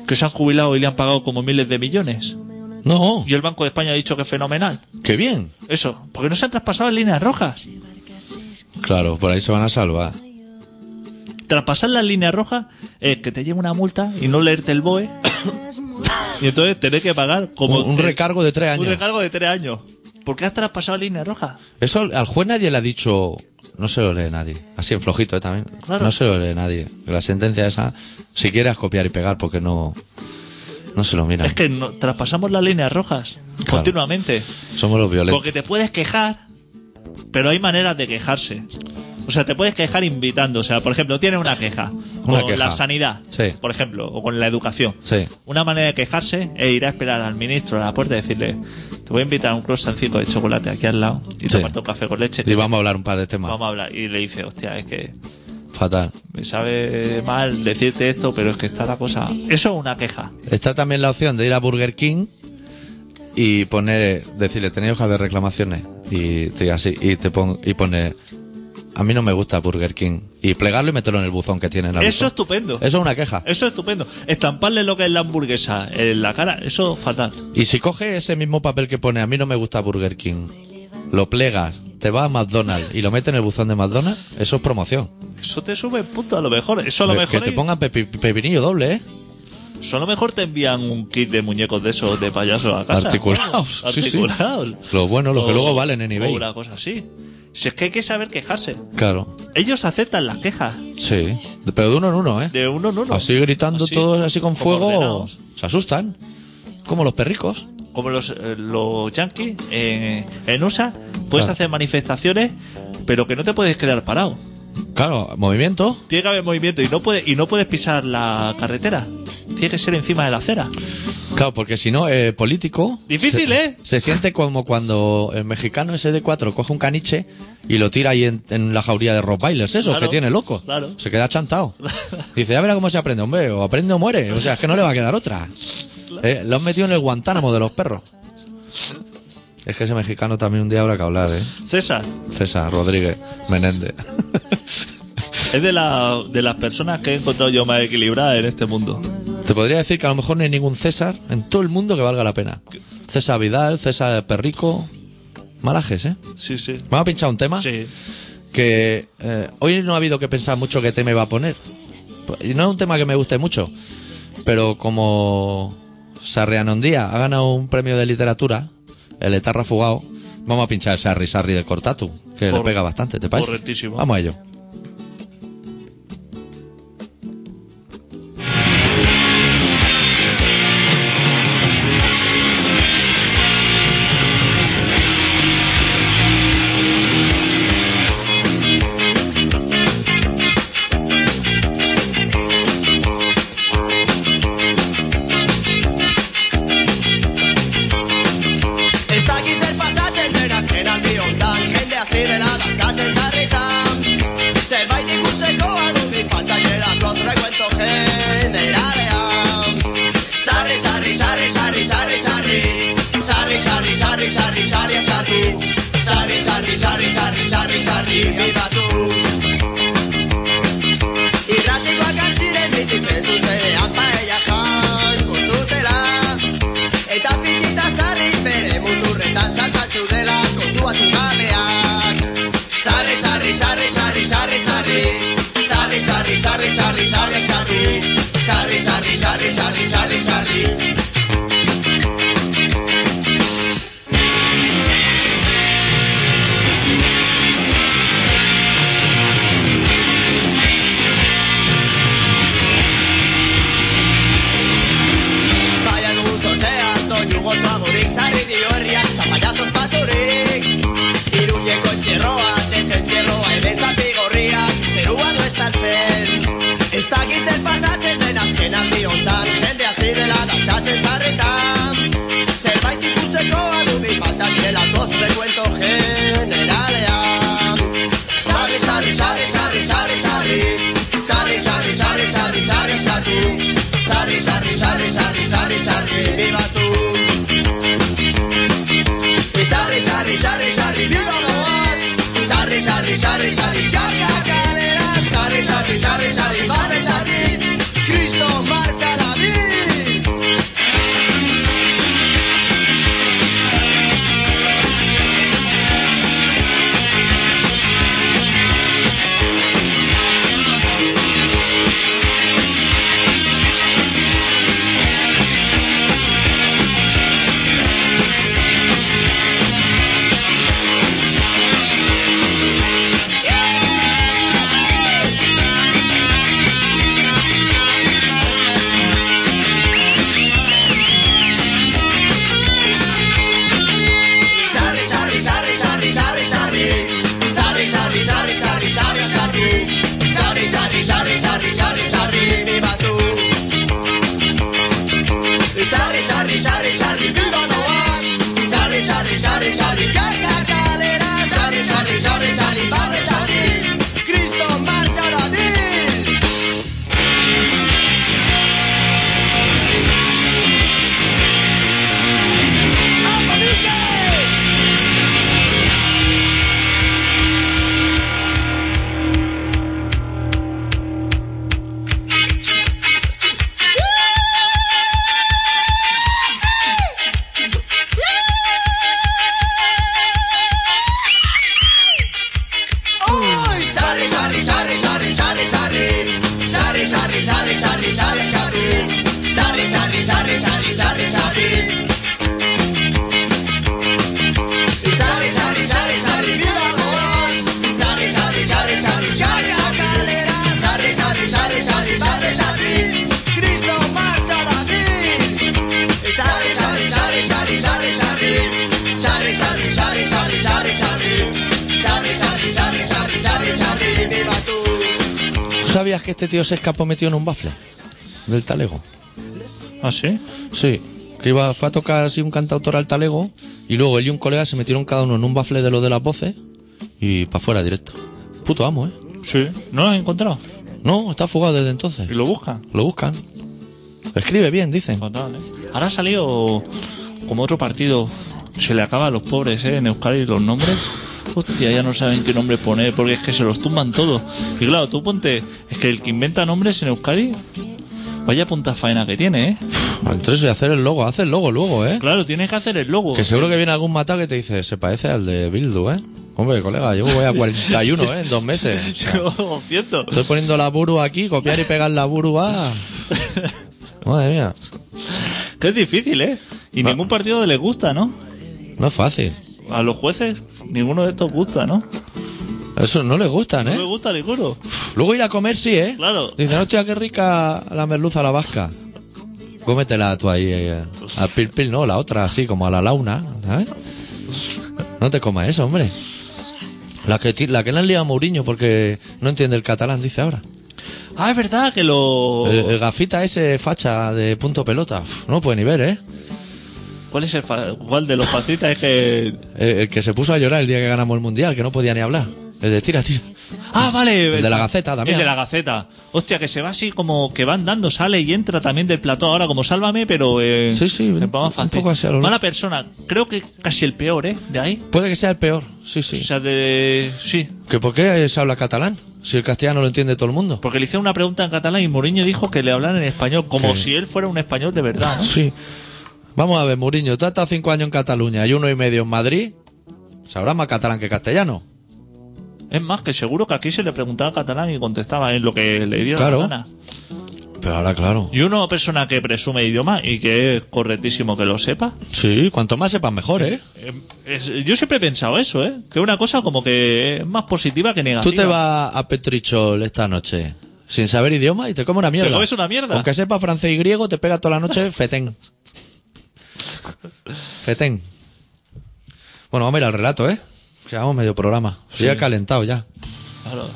Speaker 5: Que se han jubilado y le han pagado como miles de millones.
Speaker 1: No,
Speaker 5: Y el Banco de España ha dicho que es fenomenal.
Speaker 1: qué bien.
Speaker 5: Eso, porque no se han traspasado en líneas rojas.
Speaker 1: Claro, por ahí se van a salvar.
Speaker 5: Traspasar las líneas rojas es que te llegue una multa y no leerte el BOE. y entonces tener que pagar como...
Speaker 1: Un, un recargo de tres
Speaker 5: Un
Speaker 1: años.
Speaker 5: recargo de tres años. Porque has traspasado líneas rojas.
Speaker 1: Eso al juez nadie le ha dicho. No se lo lee nadie. Así en flojito ¿eh? también.
Speaker 5: Claro.
Speaker 1: No se lo lee nadie. La sentencia esa, si quieres copiar y pegar, porque no. No se lo miran.
Speaker 5: Es que no- traspasamos las líneas rojas
Speaker 1: Claro.
Speaker 5: continuamente.
Speaker 1: Somos los violentos.
Speaker 5: Porque te puedes quejar, pero hay maneras de quejarse. O sea, te puedes quejar invitando. O sea, por ejemplo, tienes una queja
Speaker 1: Una
Speaker 5: con
Speaker 1: queja.
Speaker 5: la sanidad,
Speaker 1: Sí.
Speaker 5: por ejemplo, o con la educación.
Speaker 1: Sí.
Speaker 5: Una manera de quejarse es ir a esperar al ministro a la puerta y decirle: Te voy a invitar a un croissancito de chocolate aquí al lado y te
Speaker 1: Sí.
Speaker 5: parto un café con leche.
Speaker 1: Y vamos a hablar un par de temas.
Speaker 5: Vamos a hablar. Y le dice: Hostia, es que
Speaker 1: Fatal.
Speaker 5: me sabe mal decirte esto, pero es que está la cosa. Eso es una queja.
Speaker 1: Está también la opción de ir a Burger King y poner, decirle, tenéis hojas de reclamaciones y te diga así, y te pon, y poner, a mí no me gusta Burger King y plegarlo y meterlo en el buzón que tiene. en el
Speaker 5: Eso
Speaker 1: buzón.
Speaker 5: estupendo.
Speaker 1: Eso es una queja.
Speaker 5: Eso es estupendo. Estamparle lo que es la hamburguesa en la cara, eso fatal.
Speaker 1: Y si coges ese mismo papel que pone, a mí no me gusta Burger King, lo plegas, te vas a McDonald's y lo metes en el buzón de McDonald's, eso es promoción.
Speaker 5: Eso te sube punto a lo mejor. Eso a lo
Speaker 1: Que-
Speaker 5: mejor,
Speaker 1: que te
Speaker 5: es-
Speaker 1: pongan pepi- pepinillo doble, ¿eh?
Speaker 5: eso a lo mejor te envían un kit de muñecos de esos de payaso a casa.
Speaker 1: Articulados, sí, sí.
Speaker 5: Articulados.
Speaker 1: Los buenos, los que
Speaker 5: O-
Speaker 1: luego valen en eBay.
Speaker 5: O una cosa así. Si es que hay que saber quejarse.
Speaker 1: Claro.
Speaker 5: Ellos aceptan las quejas
Speaker 1: Sí. Pero de uno en uno, ¿eh?
Speaker 5: de uno en uno.
Speaker 1: Así gritando
Speaker 5: Así,
Speaker 1: todos así con
Speaker 5: como
Speaker 1: fuego,
Speaker 5: ordenados.
Speaker 1: se asustan. Como los perricos.
Speaker 5: Como los, eh, los yankees eh, en USA, puedes
Speaker 1: Claro.
Speaker 5: hacer manifestaciones, pero que no te puedes quedar parado.
Speaker 1: Claro, movimiento.
Speaker 5: Tiene que haber movimiento y no, puede, y no puedes pisar la carretera. Tiene que ser encima de la acera.
Speaker 1: Claro, porque si no, eh, político.
Speaker 5: Difícil,
Speaker 1: se-
Speaker 5: ¿eh?
Speaker 1: Se siente como cuando el mexicano ese de 4 coge un caniche y lo tira ahí en, en la jauría de rock bailers, eso,
Speaker 5: Claro,
Speaker 1: que tiene loco.
Speaker 5: claro.
Speaker 1: Se queda chantado. Dice, ya verá cómo se aprende, hombre, o aprende o muere. O sea, es que no le va a quedar otra. Eh, lo han metido en el Guantánamo de los perros. Es que ese mexicano también un día habrá que hablar, ¿eh?
Speaker 5: César,
Speaker 1: César Rodríguez Menéndez.
Speaker 5: Es de, la, de las personas que he encontrado yo más equilibrada en este mundo.
Speaker 1: Te podría decir que a lo mejor no hay ningún César en todo el mundo que valga la pena. César Vidal, César Perrico. Malajes, ¿eh?
Speaker 5: Sí, sí.
Speaker 1: Vamos a pinchar un tema
Speaker 5: Sí.
Speaker 1: que eh, hoy no ha habido que pensar mucho qué tema iba a poner. Y no es un tema que me guste mucho, pero como Sarrianondía ha ganado un premio de literatura, el etarra fugado, vamos a pinchar el Sarri Sarri de Cortatu, que le
Speaker 5: Cor-
Speaker 1: pega bastante, ¿te parece?
Speaker 5: correctísimo.
Speaker 1: Vamos a ello.
Speaker 2: Està aquí ser passatge entre les que eren diondant, gent de ací de la danzatge ens arritant. Servei de gust de coa, no me falta que era clos, recuento generaleam. Sarri, sarri, sarri, sarri, sarri, sarri. Sarri, sarri, sarri, sarri, sarri, és a tu. Sarri, sarri, sarri, sarri, sarri, sarri, és a tu. Irratikoak antziren mititzen zuzenean paella jango zutela. Eta pitxita zarri bere muturretan saltza zeudela kontuatu gabeak Sarri, sarri, sarri, sarri, sarri, sarri Sarri, sarri, sarri, sarri, sarri, sarri Sarri, sarri, sarri, sarri, sarri, sarri Zaian gu sortean, doinu gozoagorik Sarri dio herrian, zapallazos paturik Iruñeko txerroa, desentxerroa Hemen zapi gorria, zerua no está sarri, sarri, sarri, Sartalera, sarri, sarri, sarri, sarri, sarri, sarri. Cristo marcha David. ¡Apa, Mikel! Uy, sarri, sarri, sarri, sarri, sarri, sarri. Sarri, sarri, sarri, sarri, sarri, sarri. Sarri, sarri, sarri, sarri, sarri, sarri. Sarri, sarri, sarri, sarri, viva la voz. Sarri, sarri, sarri, sarri, sarri, la calera. Sarri, sarri, sarri, sarri, sarri, sarri. Cristo marcha David. Sarri, sarri, sarri, sarri, sarri, sarri. Sarri, sarri, sarri, sarri, sarri, sarri. Sarri, sarri, sarri, sarri, sarri, sarri. Viva tú.
Speaker 1: ¿Tú sabías que este tío se escapó metido en un bafle? Del talego.
Speaker 5: ¿Ah, sí?
Speaker 1: Sí. Que iba, fue a tocar así un cantautor al talego y luego él y un colega se metieron cada uno en un bafle de lo de las voces y para afuera directo. Puto amo, ¿eh?
Speaker 5: Sí. ¿No lo has encontrado?
Speaker 1: No, está fugado desde entonces.
Speaker 5: ¿Y lo buscan?
Speaker 1: Lo buscan. Escribe bien, dicen.
Speaker 5: Fatal, ¿eh? Ahora ha salido como otro partido. Se le acaba a los pobres, ¿eh? En Euskadi los nombres. Hostia, ya no saben qué nombre poner porque es que se los tumban todos. Y claro, tú ponte. Es que el que inventa nombres en Euskadi. Vaya punta faena que tiene, ¿eh?
Speaker 1: Entonces voy a hacer el logo, hace el logo luego, ¿eh?
Speaker 5: Claro, tienes que hacer el logo.
Speaker 1: Que seguro que viene algún matado que te dice, se parece al de Bildu, ¿eh? Hombre, colega, yo voy a 41, ¿eh? En dos meses. O sea,
Speaker 5: Yo, cierto.
Speaker 1: estoy poniendo la buru aquí, copiar y pegar la buru va. Madre mía,
Speaker 5: Que es difícil, ¿eh? Y ningún partido les gusta, ¿no?
Speaker 1: no es fácil.
Speaker 5: A los jueces, ninguno de estos gusta, ¿no?
Speaker 1: Eso no les gustan,
Speaker 5: No
Speaker 1: ¿eh?
Speaker 5: les gusta ninguno.
Speaker 1: Luego ir a comer sí, ¿eh?
Speaker 5: Claro.
Speaker 1: Dicen, hostia, qué rica la merluza a la vasca. Cómetela tú ahí. eh, A pil pil no, la otra, así como a la launa, ¿sabes? No te comas eso, hombre. La que, ti- la que le han liado a Mourinho porque no entiende el catalán, dice ahora.
Speaker 5: Ah, es verdad que lo.
Speaker 1: El, el gafita ese facha de punto pelota, uf, no puede ni ver, ¿eh?
Speaker 5: ¿Cuál es el fa- cuál de los facitas es que
Speaker 1: El, el que se puso a llorar el día que ganamos el mundial, que no podía ni hablar. El de tira, tira.
Speaker 5: Ah, vale.
Speaker 1: El de la Gaceta también.
Speaker 5: El de la Gaceta. Hostia, que se va así como que van dando, sale y entra también del plató ahora como sálvame, pero. Eh,
Speaker 1: Sí, sí,
Speaker 5: en plan
Speaker 1: un
Speaker 5: fácil.
Speaker 1: poco así a lo-
Speaker 5: Mala persona. Creo que casi el peor, ¿eh? De ahí.
Speaker 1: Puede que sea el peor, sí,
Speaker 5: O
Speaker 1: sí.
Speaker 5: sea, de. Sí.
Speaker 1: ¿Que ¿Por qué se habla catalán? Si el castellano lo entiende todo el mundo.
Speaker 5: Porque le hicieron una pregunta en catalán y Mourinho dijo que le hablaran en español, como
Speaker 1: Que-
Speaker 5: si él fuera un español de verdad, ¿no?
Speaker 1: Sí. Vamos a ver, Muriño, tú has estado cinco años en Cataluña y uno y medio en Madrid. Sabrás más catalán que castellano.
Speaker 5: Es más, que seguro que aquí se le preguntaba en catalán y contestaba en lo que le diera
Speaker 1: Claro.
Speaker 5: la gana.
Speaker 1: Pero ahora, claro.
Speaker 5: Y una persona que presume idioma y que es correctísimo que lo sepa,
Speaker 1: Sí, cuanto más sepas mejor, ¿eh?
Speaker 5: Eh, es- yo siempre he pensado eso, ¿eh? Que una cosa como que es más positiva que negativa.
Speaker 1: Tú te vas a Petrichol esta noche sin saber idioma y te comes una mierda.
Speaker 5: Te comes una mierda.
Speaker 1: Aunque sepa francés y griego, te pega toda la noche fetén. fetén. Bueno, vamos a ir al relato, ¿eh? Que hagamos medio programa. Sí. Ya he calentado ya.
Speaker 5: Claro.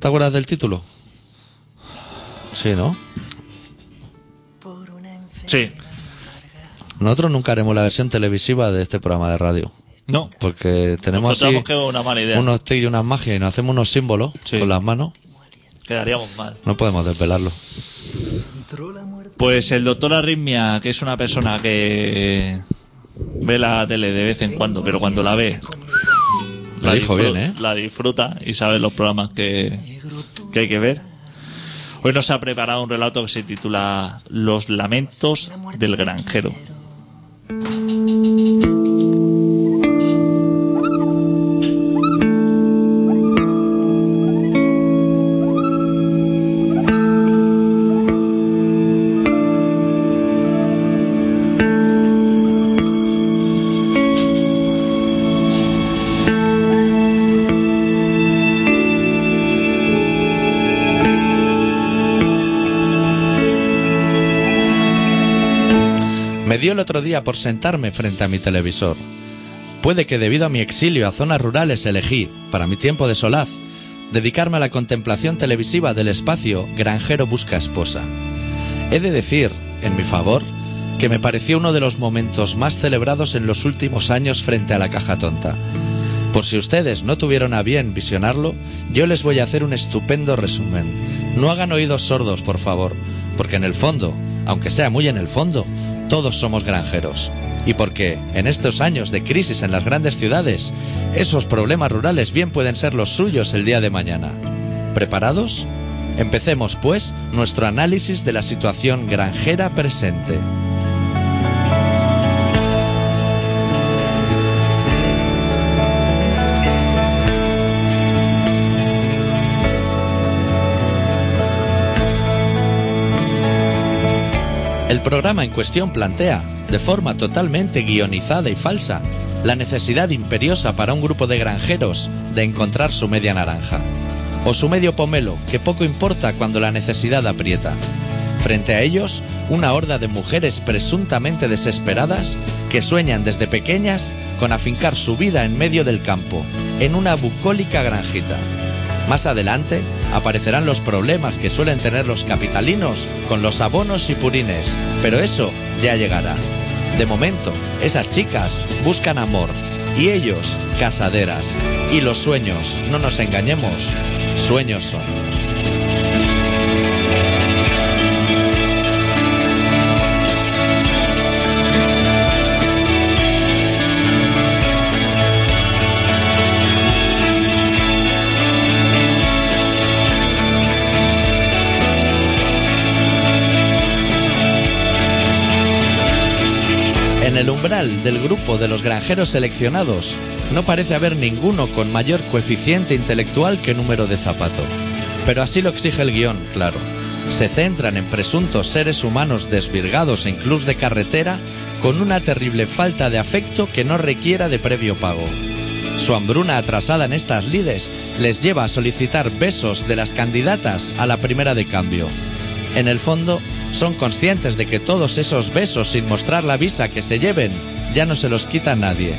Speaker 1: ¿Te acuerdas del título? Sí, ¿no?
Speaker 5: Sí.
Speaker 1: Nosotros nunca haremos la versión televisiva de este programa de radio.
Speaker 5: No.
Speaker 1: Porque tenemos así
Speaker 5: Encontramos que es una mala idea.
Speaker 1: unos tics y unas magias y nos hacemos unos símbolos
Speaker 5: Sí.
Speaker 1: con las manos.
Speaker 5: Quedaríamos mal.
Speaker 1: No podemos desvelarlo.
Speaker 5: Pues el doctor Arritmia, que es una persona que ve la tele de vez en cuando, pero cuando la ve,
Speaker 1: Lo dijo
Speaker 5: disfru-
Speaker 1: bien, ¿eh?
Speaker 5: la disfruta y sabe los programas que, que hay que ver. Hoy nos ha preparado un relato que se titula Los lamentos del granjero.
Speaker 1: Me dio el otro día por sentarme frente a mi televisor. Puede que debido a mi exilio a zonas rurales elegí, para mi tiempo de solaz, dedicarme a la contemplación televisiva del espacio Granjero Busca Esposa. He de decir, en mi favor, que me pareció uno de los momentos más celebrados en los últimos años frente a la caja tonta. Por si ustedes no tuvieron a bien visionarlo, yo les voy a hacer un estupendo resumen. No hagan oídos sordos, por favor, porque en el fondo, aunque sea muy en el fondo, todos somos granjeros. Y porque, en estos años de crisis en las grandes ciudades, esos problemas rurales bien pueden ser los suyos el día de mañana. ¿Preparados? Empecemos, pues, nuestro análisis de la situación granjera presente. El programa en cuestión plantea, de forma totalmente guionizada y falsa, la necesidad imperiosa para un grupo de granjeros de encontrar su media naranja. O su medio pomelo, que poco importa cuando la necesidad aprieta. Frente a ellos, una horda de mujeres presuntamente desesperadas que sueñan desde pequeñas con afincar su vida en medio del campo, en una bucólica granjita. Más adelante aparecerán los problemas que suelen tener los capitalinos con los abonos y purines, pero eso ya llegará. De momento, esas chicas buscan amor y ellos casaderas. Y los sueños, no nos engañemos, sueños son. En el umbral del grupo de los granjeros seleccionados, no parece haber ninguno con mayor coeficiente intelectual que número de zapato. Pero así lo exige el guión, claro. Se centran en presuntos seres humanos desvirgados en clubs de carretera con una terrible falta de afecto que no requiera de previo pago. Su hambruna atrasada en estas lides les lleva a solicitar besos de las candidatas a la primera de cambio. En el fondo, son conscientes de que todos esos besos sin mostrar la visa que se lleven ya no se los quita nadie.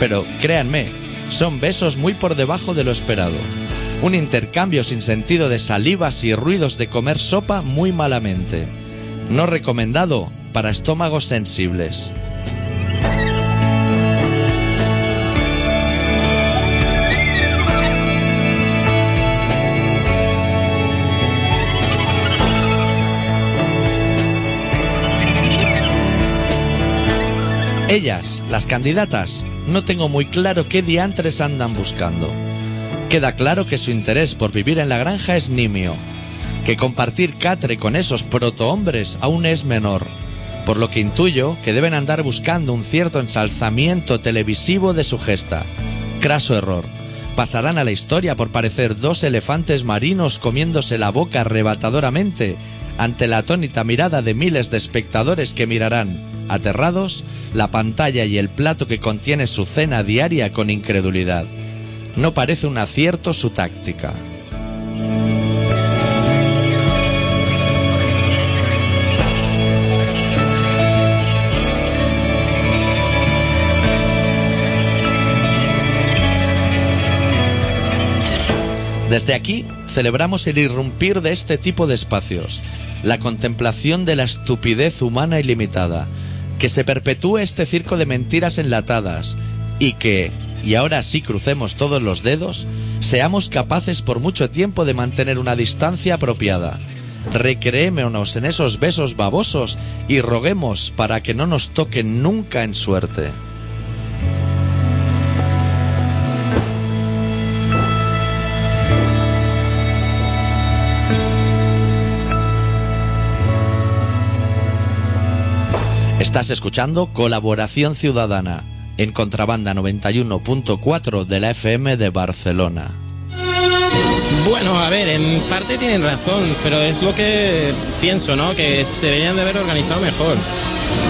Speaker 1: Pero créanme, son besos muy por debajo de lo esperado. Un intercambio sin sentido de salivas y ruidos de comer sopa muy malamente. No recomendado para estómagos sensibles. Ellas, las candidatas, no tengo muy claro qué diantres andan buscando. Queda claro que su interés por vivir en la granja es nimio, que compartir catre con esos protohombres aún es menor, por lo que intuyo que deben andar buscando un cierto ensalzamiento televisivo de su gesta. Craso error. Pasarán a la historia por parecer dos elefantes marinos comiéndose la boca arrebatadoramente ante la atónita mirada de miles de espectadores que mirarán, aterrados, la pantalla y el plato que contiene su cena diaria con incredulidad. No parece un acierto su táctica. Desde aquí celebramos el irrumpir de este tipo de espacios, la contemplación de la estupidez humana ilimitada, que se perpetúe este circo de mentiras enlatadas y que, y ahora sí crucemos todos los dedos, seamos capaces por mucho tiempo de mantener una distancia apropiada. Recreémonos en esos besos babosos y roguemos para que no nos toquen nunca en suerte. Estás escuchando Colaboración Ciudadana en Contrabanda 91.4 de la FM de Barcelona.
Speaker 6: Bueno, a ver, en parte tienen razón, pero es lo que pienso, ¿no? Que se deberían de haber organizado mejor.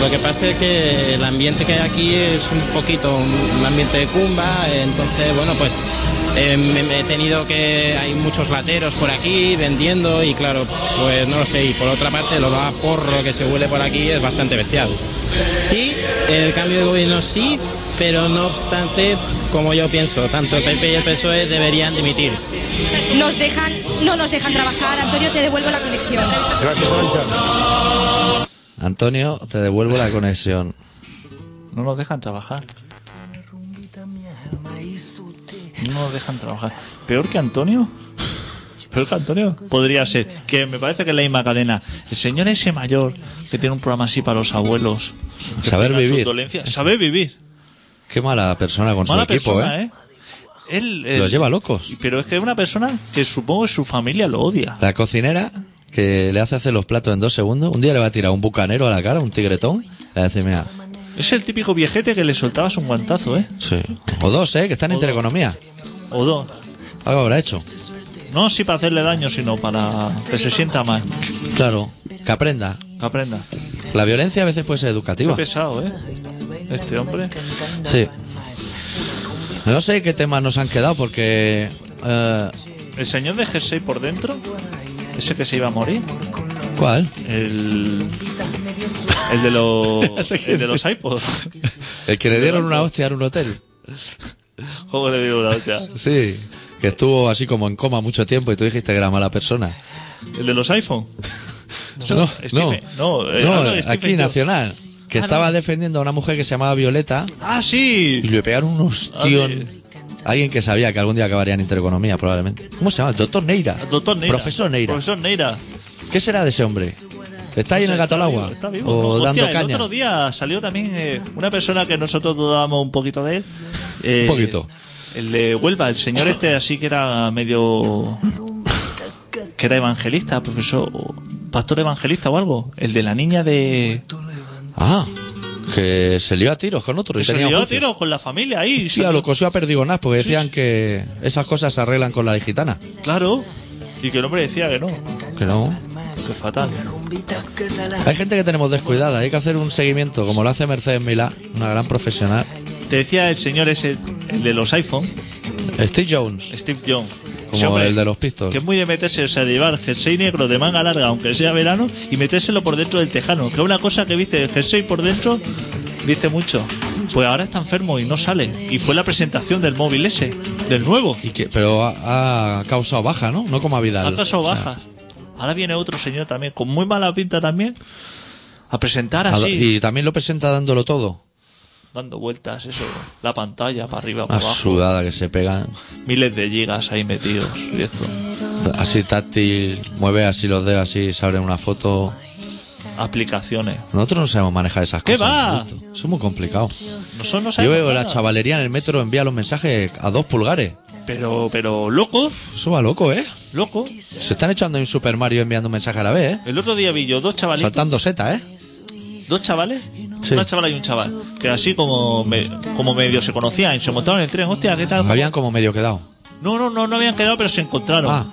Speaker 6: Lo que pasa es que el ambiente que hay aquí es un poquito un un ambiente de cumba, eh, entonces, bueno, pues eh, me- me he tenido que... Hay muchos lateros por aquí vendiendo y claro, pues no lo sé. Y por otra parte, lo da porro que se huele por aquí es bastante bestial. Sí, el cambio de gobierno sí, pero no obstante, como yo pienso, tanto el PP y el PSOE E deberían dimitir.
Speaker 7: Nos dejan, no nos dejan trabajar. Antonio, te devuelvo la conexión.
Speaker 8: Gracias, Arancha.
Speaker 1: Antonio, te devuelvo la conexión.
Speaker 5: No nos dejan trabajar. No nos dejan trabajar. ¿Peor que Antonio? ¿Peor que Antonio? Podría ser. Que me parece que es la misma cadena. El señor ese mayor que tiene un programa así para los abuelos. que
Speaker 1: Saber
Speaker 5: explican sus
Speaker 1: vivir.
Speaker 5: dolencias. Saber vivir.
Speaker 1: Qué mala persona con
Speaker 5: Mala
Speaker 1: su equipo,
Speaker 5: persona,
Speaker 1: ¿eh?
Speaker 5: ¿eh? Él, eh,
Speaker 1: Los lleva locos.
Speaker 5: Pero es que es una persona que supongo que su familia lo odia.
Speaker 1: La cocinera que le hace hacer los platos en dos segundos. Un día le va a tirar un bucanero a la cara, un tigretón. Le va a decir, mira,
Speaker 5: Es el típico viejete que le soltabas un guantazo, ¿eh?
Speaker 1: sí. O dos, ¿eh? Que están en intereconomía.
Speaker 5: O dos.
Speaker 1: Algo habrá hecho.
Speaker 5: No si para hacerle daño, sino para que se sienta mal.
Speaker 1: Claro. Que aprenda.
Speaker 5: Que aprenda.
Speaker 1: La violencia a veces puede ser
Speaker 5: Qué
Speaker 1: educativa.
Speaker 5: pesado, ¿eh? Este hombre.
Speaker 1: Sí. No sé qué temas nos han quedado porque... eh,
Speaker 5: El señor de G6 por dentro, ese que se iba a morir,
Speaker 1: ¿Cuál?
Speaker 5: el, el de los
Speaker 1: Ese
Speaker 5: el de los iPods.
Speaker 1: El que le dieron una hostia en un hotel.
Speaker 5: ¿Cómo le digo la hostia?
Speaker 1: Sí. Que estuvo así como en coma mucho tiempo y tú dijiste que era mala persona.
Speaker 5: El de los iPhone.
Speaker 1: No,
Speaker 5: Stephen,
Speaker 1: no, ah,
Speaker 5: no, eh,
Speaker 1: No,
Speaker 5: hablo de Stephen
Speaker 1: aquí
Speaker 5: Jobs.
Speaker 1: Nacional, que
Speaker 5: Ah, no.
Speaker 1: estaba defendiendo a una mujer que se llamaba Violeta
Speaker 5: Ah,
Speaker 1: y
Speaker 5: sí.
Speaker 1: le pegaron un
Speaker 5: Ah,
Speaker 1: ostión. Alguien que sabía que algún día acabaría en Intereconomía, probablemente. ¿Cómo se llama? El doctor Neira.
Speaker 5: Doctor Neira.
Speaker 1: Profesor Neira.
Speaker 5: Profesor Neira.
Speaker 1: ¿Qué será de ese hombre? ¿Está ahí en el gato al
Speaker 5: Está vivo,
Speaker 1: agua?
Speaker 5: está vivo.
Speaker 1: ¿O
Speaker 5: Hostia,
Speaker 1: dando
Speaker 5: El
Speaker 1: caña?
Speaker 5: otro día salió también eh, una persona que nosotros dudábamos un poquito de él. eh,
Speaker 1: Un poquito.
Speaker 5: El de Huelva, el señor este así que era medio... que era evangelista, profesor, o pastor evangelista o algo. El de la niña de...
Speaker 1: Ah, que se lió a tiros con otro. Y
Speaker 5: que se
Speaker 1: tenía
Speaker 5: lió a
Speaker 1: juicio.
Speaker 5: tiros con la familia ahí.
Speaker 1: Sí, a lo cosió a perdigonaz porque
Speaker 5: Sí,
Speaker 1: decían
Speaker 5: sí.
Speaker 1: que esas cosas se arreglan con la gitana.
Speaker 5: Claro. Y que el hombre decía que no.
Speaker 1: Que no.
Speaker 5: Que fatal.
Speaker 1: Hay gente que tenemos descuidada, hay que hacer un seguimiento, como lo hace Mercedes Milá, una gran profesional.
Speaker 5: Te decía el señor ese, el de los iPhone,
Speaker 1: Steve Jones.
Speaker 5: Steve Jobs.
Speaker 1: Como
Speaker 5: Ese hombre
Speaker 1: el de los Pistols.
Speaker 5: Que es muy de meterse, o sea, de llevar jersey negro de manga larga, aunque sea verano, y metérselo por dentro del tejano. Que es una cosa que viste, el jersey por dentro, viste mucho. Pues ahora está enfermo y no sale. Y fue la presentación del móvil ese, del nuevo.
Speaker 1: Y que, pero ha, ha causado baja, ¿no? No como a Vidal.
Speaker 5: Ha causado
Speaker 1: O sea,
Speaker 5: bajas. Ahora viene otro señor también, con muy mala pinta también, a presentar
Speaker 1: a-
Speaker 5: así,
Speaker 1: Y también lo presenta dándolo todo.
Speaker 5: dando vueltas, eso, la pantalla para arriba, para
Speaker 1: Una
Speaker 5: abajo.
Speaker 1: sudada que se pegan.
Speaker 5: Miles de gigas ahí metidos, y esto.
Speaker 1: Así táctil, mueve así los dedos, así se abre una foto.
Speaker 5: Aplicaciones.
Speaker 1: Nosotros no sabemos manejar esas
Speaker 5: ¿Qué
Speaker 1: cosas.
Speaker 5: va?
Speaker 1: Alberto. Eso es muy complicado.
Speaker 5: Nosotros no
Speaker 1: Yo
Speaker 5: sabemos
Speaker 1: veo la
Speaker 5: nada.
Speaker 1: chavalería en el metro envía los mensajes a dos pulgares.
Speaker 5: Pero, pero, loco,
Speaker 1: Eso va loco, ¿eh?
Speaker 5: loco.
Speaker 1: Se están echando ahí un Super Mario enviando un mensaje a la vez, ¿eh?
Speaker 5: El otro día vi yo dos chavalitos,
Speaker 1: Saltando setas, ¿eh?
Speaker 5: dos chavales,
Speaker 1: Sí.
Speaker 5: una chavala y un chaval, que así como, me- como medio se conocían, se montaron en el tren, hostia, ¿qué tal?
Speaker 1: Habían como medio quedado.
Speaker 5: No, no, no, no habían quedado, pero se encontraron.
Speaker 1: Ah,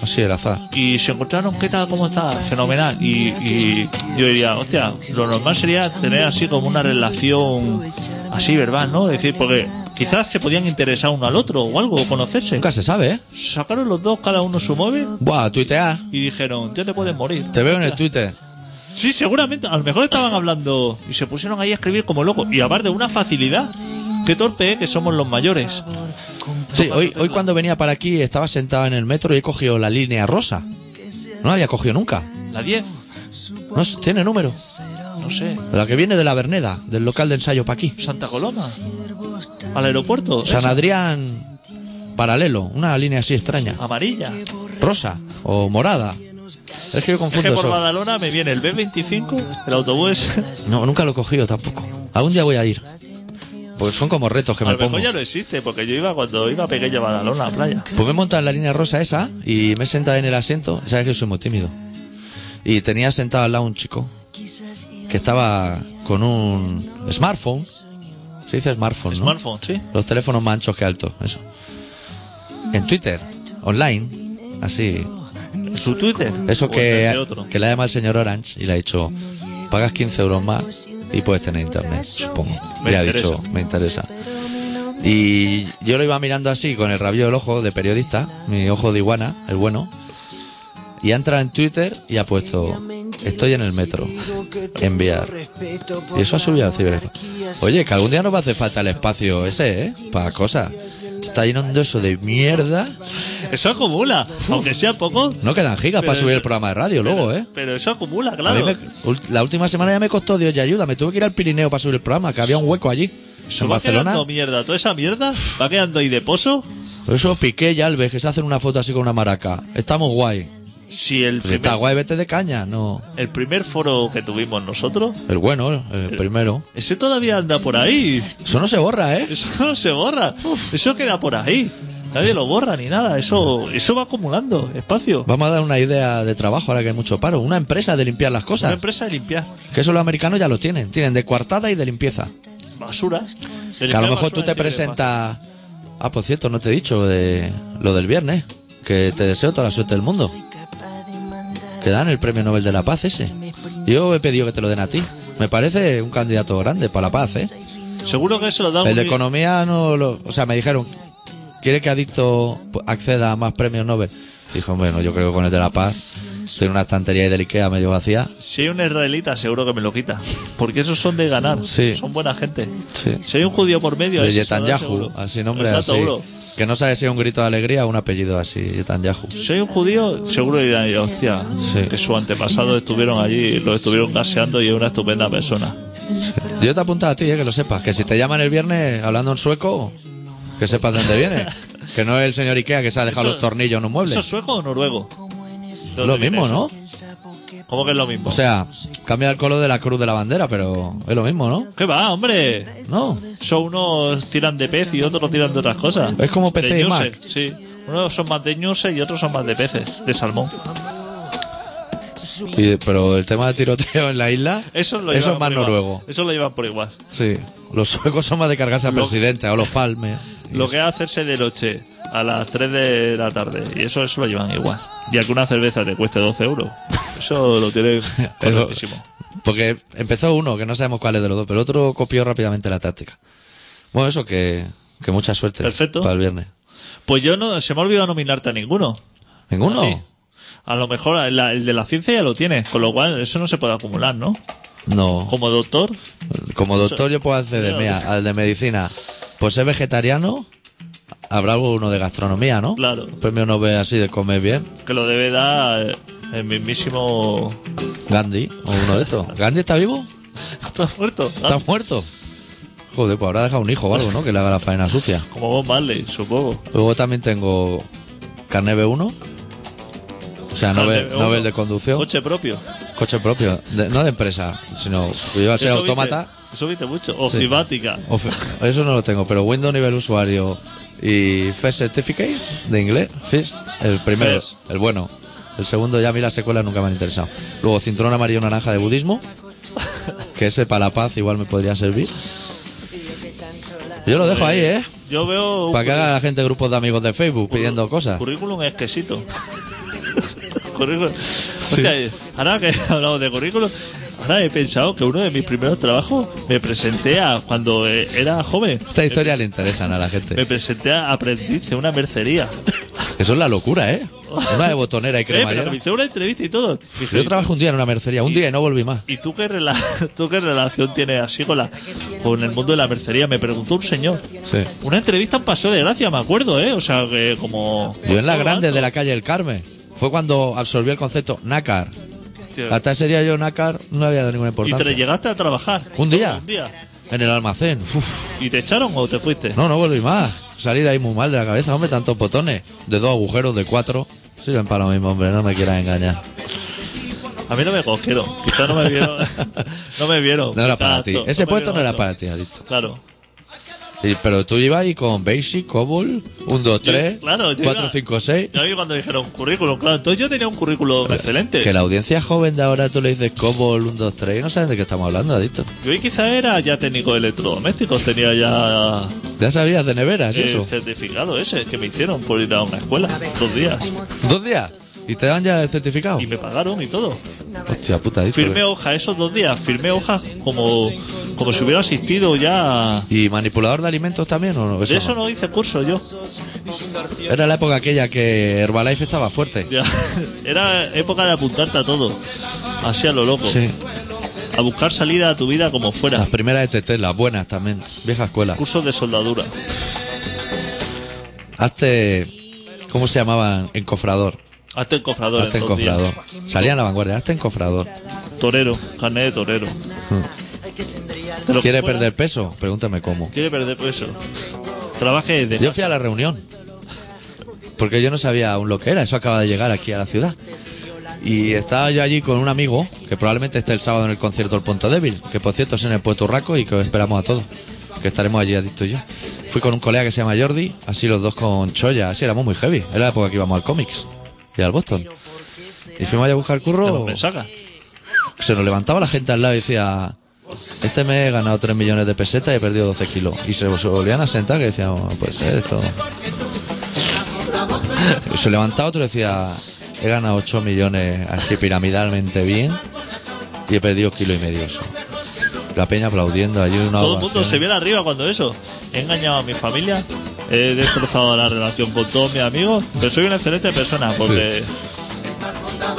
Speaker 1: así el azar.
Speaker 5: Y se encontraron, ¿qué tal? ¿Cómo está? Fenomenal. Y, y yo diría, hostia, lo normal sería tener así como una relación así verbal, ¿no? Es decir, porque quizás se podían interesar uno al otro o algo, o conocerse.
Speaker 1: Nunca se sabe, ¿eh?
Speaker 5: Sacaron los dos, cada uno su móvil,
Speaker 1: Buah, tuitear.
Speaker 5: y dijeron, ya te puedes morir.
Speaker 1: Te veo en el Twitter.
Speaker 5: Sí, seguramente. A lo mejor estaban hablando y se pusieron ahí a escribir como locos. Y aparte, una facilidad. Qué torpe ¿eh? que somos los mayores.
Speaker 1: Sí, hoy, hoy cuando venía para aquí estaba sentado en el metro y he cogido la línea rosa. No la había cogido nunca.
Speaker 5: La 10,
Speaker 1: No s- tiene número.
Speaker 5: no sé,
Speaker 1: La que viene de la Verneda, del local de ensayo para aquí.
Speaker 5: Santa Coloma. Al aeropuerto.
Speaker 1: San
Speaker 5: esa,
Speaker 1: Adrián paralelo, una línea así extraña.
Speaker 5: Amarilla.
Speaker 1: Rosa o morada. Es que yo
Speaker 5: Es que
Speaker 1: confundo
Speaker 5: por
Speaker 1: eso.
Speaker 5: Badalona me viene el B25, el autobús.
Speaker 1: No, nunca lo he cogido tampoco. Algún día voy a ir. Porque son como retos que
Speaker 5: A
Speaker 1: me
Speaker 5: lo
Speaker 1: pongo.
Speaker 5: mejor ya no existe, porque yo iba cuando iba pequeño a Badalona a la playa.
Speaker 1: Pues me he montado en la línea rosa esa y me he sentado en el asiento. Sabes que soy muy tímido. Y tenía sentado al lado un chico que estaba con un smartphone. Se dice smartphone, ¿no?
Speaker 5: Smartphone, sí.
Speaker 1: Los teléfonos más anchos que altos, eso. En Twitter, online, así.
Speaker 5: En su Twitter.
Speaker 1: Eso
Speaker 5: o en el
Speaker 1: que,
Speaker 5: de otro.
Speaker 1: que le ha llamado el señor Orange y le ha dicho, pagas 15 euros más y puedes tener internet, supongo.
Speaker 5: Me
Speaker 1: le ha
Speaker 5: interesa.
Speaker 1: dicho, me interesa. Y yo lo iba mirando así, con el rabillo del ojo de periodista, mi ojo de iguana, el bueno. Y ha entrado en Twitter y ha puesto, estoy en el metro, enviar. Y eso ha subido al ciber. Oye, que algún día nos va a hacer falta el espacio ese, ¿eh? Para cosas. está llenando eso de mierda.
Speaker 5: Eso acumula, aunque sea poco.
Speaker 1: No quedan gigas
Speaker 5: Pero
Speaker 1: para subir
Speaker 5: eso-
Speaker 1: el programa de radio luego, ¿eh?
Speaker 5: Pero eso acumula,
Speaker 1: A mí
Speaker 5: claro.
Speaker 1: me- ul- la última semana ya me costó Dios y ayuda. Me tuve que ir al Pirineo para subir el programa, que había un hueco allí.
Speaker 5: Eso
Speaker 1: En
Speaker 5: va
Speaker 1: Barcelona.
Speaker 5: quedando mierda, toda esa mierda va quedando ahí de pozo.
Speaker 1: Por eso Piqué y Alves, que se hacen una foto así con una maraca. Estamos guay.
Speaker 5: Si el
Speaker 1: Si Pues está
Speaker 5: primer,
Speaker 1: guay, vete de caña. No.
Speaker 5: el primer foro que tuvimos nosotros,
Speaker 1: El bueno, el primero.
Speaker 5: ese todavía anda por ahí.
Speaker 1: Eso no se borra, ¿eh?
Speaker 5: Eso no se borra. Eso queda por ahí. Nadie lo borra ni nada. Eso, eso va acumulando espacio.
Speaker 1: Vamos a dar una idea de trabajo ahora que hay mucho paro. Una empresa de limpiar las
Speaker 5: Una
Speaker 1: cosas.
Speaker 5: empresa de limpiar
Speaker 1: Que eso los americanos ya lo tienen. Tienen de coartada y de limpieza.
Speaker 5: basura. De
Speaker 1: Que a
Speaker 5: limpiar
Speaker 1: lo mejor
Speaker 5: basura
Speaker 1: tú te
Speaker 5: en sitio de
Speaker 1: presentas. Ah, por cierto, no te he dicho de lo del viernes. Que te deseo toda la suerte del mundo. Que dan el premio Nobel de la Paz ese. Yo he pedido que te lo den a ti. Me parece un candidato grande para la paz, ¿eh?
Speaker 5: paz. Seguro que eso lo da
Speaker 1: El de
Speaker 5: un-
Speaker 1: economía no lo. O sea, me dijeron, ¿quiere que Adicto acceda a más premios Nobel? Dijo, bueno, yo creo que con el de la paz. Tiene una estantería ahí del Ikea medio vacía.
Speaker 5: Si hay un israelita, seguro que me lo quita. Porque esos son de ganar.
Speaker 1: Sí.
Speaker 5: Son buena gente.
Speaker 1: Sí.
Speaker 5: Si hay un judío por medio.
Speaker 1: De
Speaker 5: ese se lo dan
Speaker 1: Netanyahu,
Speaker 5: seguro.
Speaker 1: así nombre
Speaker 5: Exacto,
Speaker 1: así.
Speaker 5: seguro.
Speaker 1: Que no sabe si es un grito de alegría o un apellido así, Netanyahu.
Speaker 5: Si hay un judío, seguro dirán, "Y, hostia,
Speaker 1: Sí.
Speaker 5: que sus antepasados estuvieron allí, lo estuvieron gaseando y es una estupenda persona.
Speaker 1: Yo te apunto a ti, eh, que lo sepas. Que si te llaman el viernes hablando en sueco, que sepas de dónde viene. que no es el señor Ikea que se ha dejado
Speaker 5: Eso-
Speaker 1: los tornillos en un mueble.
Speaker 5: ¿Eso es sueco o noruego?
Speaker 1: lo mismo, ¿no?
Speaker 5: ¿Cómo que es lo mismo?
Speaker 1: O sea, cambia el color de la cruz de la bandera, pero es lo mismo, ¿no?
Speaker 5: ¿Qué va, hombre?
Speaker 1: No.
Speaker 5: Son unos tiran de pez y otros tiran de otras cosas.
Speaker 1: Es como PC
Speaker 5: De
Speaker 1: y
Speaker 5: ñuse,
Speaker 1: Mac.
Speaker 5: Sí. Unos son más de ñuse y otros son más de peces, de salmón.
Speaker 1: Y- pero el tema del tiroteo en la isla,
Speaker 5: Eso, lo llevan
Speaker 1: es más
Speaker 5: por igual.
Speaker 1: noruego.
Speaker 5: Eso lo llevan por igual.
Speaker 1: Sí. Los suecos son más de cargarse al
Speaker 5: Lo-
Speaker 1: presidente, o los palmes.
Speaker 5: Lo que es hacerse de noche a las 3 de la tarde. Y eso, eso lo llevan igual. Y alguna cerveza te cueste 12 euros. Eso lo tienen correctísimo.
Speaker 1: Porque empezó uno, que no sabemos cuál es de los dos, pero el otro copió rápidamente la táctica. Bueno, eso que, que mucha suerte
Speaker 5: Perfecto.
Speaker 1: para el viernes.
Speaker 5: Pues yo no, se me ha olvidado nominarte a ninguno.
Speaker 1: ¿Ninguno?
Speaker 5: ¿A ti? A lo mejor el, el de la ciencia ya lo tienes, con lo cual eso no se puede acumular, ¿no?
Speaker 1: No.
Speaker 5: Como doctor,
Speaker 1: Como doctor yo puedo acceder,
Speaker 5: Mira,
Speaker 1: mira, al de medicina. Pues es vegetariano, habrá alguno de gastronomía, ¿no?
Speaker 5: Claro.
Speaker 1: Premio Nobel así de comer bien.
Speaker 5: que lo debe dar el mismísimo.
Speaker 1: Gandhi, o uno de estos. ¿Gandhi está vivo?
Speaker 5: Está muerto.
Speaker 1: ¿Está
Speaker 5: Ah,
Speaker 1: muerto? Joder, pues habrá dejado un hijo o algo, ¿no? Que le haga la faena sucia.
Speaker 5: Ah, como Bob Marley, supongo.
Speaker 1: Luego también tengo carné B1. O sea, Nobel,
Speaker 5: Carnet B1.
Speaker 1: Nobel de conducción. Coche,
Speaker 5: Coche propio.
Speaker 1: propio. De- no de empresa, sino yo al ser
Speaker 5: Eso
Speaker 1: autómata.
Speaker 5: viste- Eso viste mucho.
Speaker 1: Sí.
Speaker 5: Ofimática.
Speaker 1: Of- Eso no lo tengo, pero Windows nivel usuario y First Certificate de inglés. First, el primero,
Speaker 5: First.
Speaker 1: el bueno. El segundo ya a mí las secuelas nunca me han interesado. Luego cinturón amarillo naranja de budismo. Que ese para la paz igual me podría servir. Yo lo dejo ahí, ¿eh?
Speaker 5: Yo veo. un
Speaker 1: Para que
Speaker 5: curr-
Speaker 1: haga la gente grupos de amigos de Facebook
Speaker 5: curr-
Speaker 1: pidiendo cosas.
Speaker 5: Currículum exquisito. currículum. Hostia, ahora que he hablado de currículum, ahora he pensado que uno de mis primeros trabajos me presenté a cuando eh, era joven.
Speaker 1: Esta historia le interesan a la
Speaker 5: Me
Speaker 1: gente.
Speaker 5: presenté a aprendiz de una mercería.
Speaker 1: Eso es la locura, ¿eh? Una de botonera y
Speaker 5: Eh, pero
Speaker 1: cremallera.
Speaker 5: me hice una entrevista y todo. Dije,
Speaker 1: Yo trabajé un día en una mercería, un día y no volví más.
Speaker 5: ¿Y tú qué, rela tú qué relación tienes así con, la, con el mundo de la mercería? Me preguntó un señor.
Speaker 1: Sí.
Speaker 5: Una entrevista en Paseo de Gracia, me acuerdo, ¿eh? O sea, que como...
Speaker 1: Yo en Pues la
Speaker 5: como
Speaker 1: grande
Speaker 5: alto.
Speaker 1: de la calle El Carmen. Fue cuando absorbí el concepto nácar.
Speaker 5: Hostia.
Speaker 1: Hasta ese día yo nácar no había dado ninguna
Speaker 5: Y te
Speaker 1: importancia.
Speaker 5: llegaste a trabajar.
Speaker 1: Un día.
Speaker 5: Un día.
Speaker 1: En el almacén. Uf.
Speaker 5: ¿Y te echaron o te fuiste?
Speaker 1: No, no volví más. Salí de ahí muy mal de la cabeza, hombre, tantos botones. De dos agujeros, de cuatro. Sirven para lo mismo, hombre, no me quieras engañar.
Speaker 5: A mí no me cogieron. Quizás no me vieron. no me vieron.
Speaker 1: No era
Speaker 5: Quizá
Speaker 1: para ti.
Speaker 5: apto.
Speaker 1: Ese
Speaker 5: me
Speaker 1: puesto
Speaker 5: vieron
Speaker 1: no era
Speaker 5: apto.
Speaker 1: para ti, adicto.
Speaker 5: Claro.
Speaker 1: Y- pero tú ibas ahí con Basic, Cobol, 1, 2,
Speaker 5: Yo-
Speaker 1: 3,
Speaker 5: claro, yo
Speaker 1: 4,
Speaker 5: iba-
Speaker 1: 5, 6.
Speaker 5: Yo vi cuando dijeron currículum, claro. Entonces yo tenía un currículum excelente.
Speaker 1: Que la audiencia joven de ahora tú le dices Cobol, 1, 2, 3 y no saben de qué estamos hablando, adicto.
Speaker 5: Yo quizás era ya técnico de electrodomésticos. Tenía ya
Speaker 1: Ya sabías de neveras, y
Speaker 5: el
Speaker 1: eso.
Speaker 5: certificado ese que me hicieron por ir a una escuela dos días.
Speaker 1: Dos días. Y te dan ya el certificado.
Speaker 5: Y me pagaron y todo.
Speaker 1: Hostia puta, adicto.
Speaker 5: Firmé hoja esos dos días. Firmé hoja como, como si hubiera asistido ya...
Speaker 1: ¿Y manipulador de alimentos también o no? Eso
Speaker 5: De eso
Speaker 1: no.
Speaker 5: no hice curso yo.
Speaker 1: Era la época aquella que Herbalife estaba fuerte.
Speaker 5: Ya, Era época de apuntarte a todo. Así a lo loco. A buscar salida a tu vida como fuera.
Speaker 1: E Las primeras de TT, las buenas también. Vieja escuela.
Speaker 5: Cursos de soldadura.
Speaker 1: Hazte. ¿Cómo se llamaban? Encofrador.
Speaker 5: Hazte encofrador.
Speaker 1: Hazte
Speaker 5: entonces, tío.
Speaker 1: encofrador. Salía en la vanguardia. Hazte encofrador.
Speaker 5: Torero, carnet de torero. De lo que
Speaker 1: Hmm. ¿Quiere
Speaker 5: fuera,
Speaker 1: perder peso? Pregúntame cómo.
Speaker 5: Quiere perder peso. Trabaje de.
Speaker 1: Yo fui a la reunión. Porque yo no sabía aún lo que era. Eso acaba de llegar aquí a la ciudad. Y estaba yo allí con un amigo que probablemente esté el sábado en el concierto El Punto Débil, que por cierto es en el Puerto Urraco y que os esperamos a todos, que estaremos allí, adicto y yo. Fui con un colega que se llama Jordi, así los dos con Choya, así éramos muy heavy. Era la época que íbamos al cómics y al Boston. Y fuimos allá a buscar
Speaker 5: de
Speaker 1: curro.
Speaker 5: hombre saca.
Speaker 1: Se nos levantaba la gente al lado y decía, este me he ganado 3 millones de pesetas y he perdido 12 kilos. Y se volvían a sentar que decían, no puede ser esto. Y se levantaba otro y decía, he ganado 8 millones así piramidalmente bien y he perdido kilo y medio. eso". La peña aplaudiendo, allí una
Speaker 5: Todo el mundo
Speaker 1: ovación.
Speaker 5: se viene arriba cuando eso. He engañado a mi familia. He destrozado la relación con todos mis amigos. Pero soy una excelente persona porque.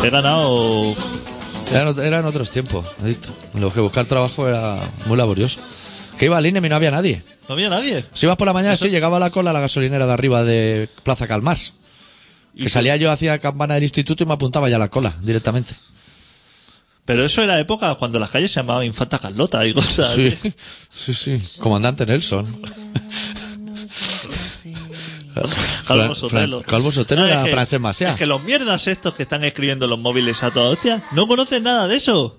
Speaker 5: He ganado.
Speaker 1: Eran, ot- eran otros tiempos, adicto. Lo que buscar trabajo era muy laborioso. Que iba al INEM y no había nadie.
Speaker 5: No había nadie.
Speaker 1: Si ibas por la mañana, sí, llegaba la cola a la gasolinera de arriba de Plaza Calmars.
Speaker 5: Y
Speaker 1: Que salía yo hacia la campana del instituto y me apuntaba ya a la cola directamente.
Speaker 5: Pero eso era época cuando las calles se llamaban Infanta Carlota y cosas.
Speaker 1: Sí, sí, sí. Comandante Nelson.
Speaker 5: Calvo
Speaker 1: Fran-
Speaker 5: Sotelo.
Speaker 1: Fran- Calvo Sotelo
Speaker 5: No, es
Speaker 1: era
Speaker 5: que-
Speaker 1: Francés Maciá.
Speaker 5: Es que los mierdas estos que están escribiendo en los móviles a toda hostia no conocen nada de eso.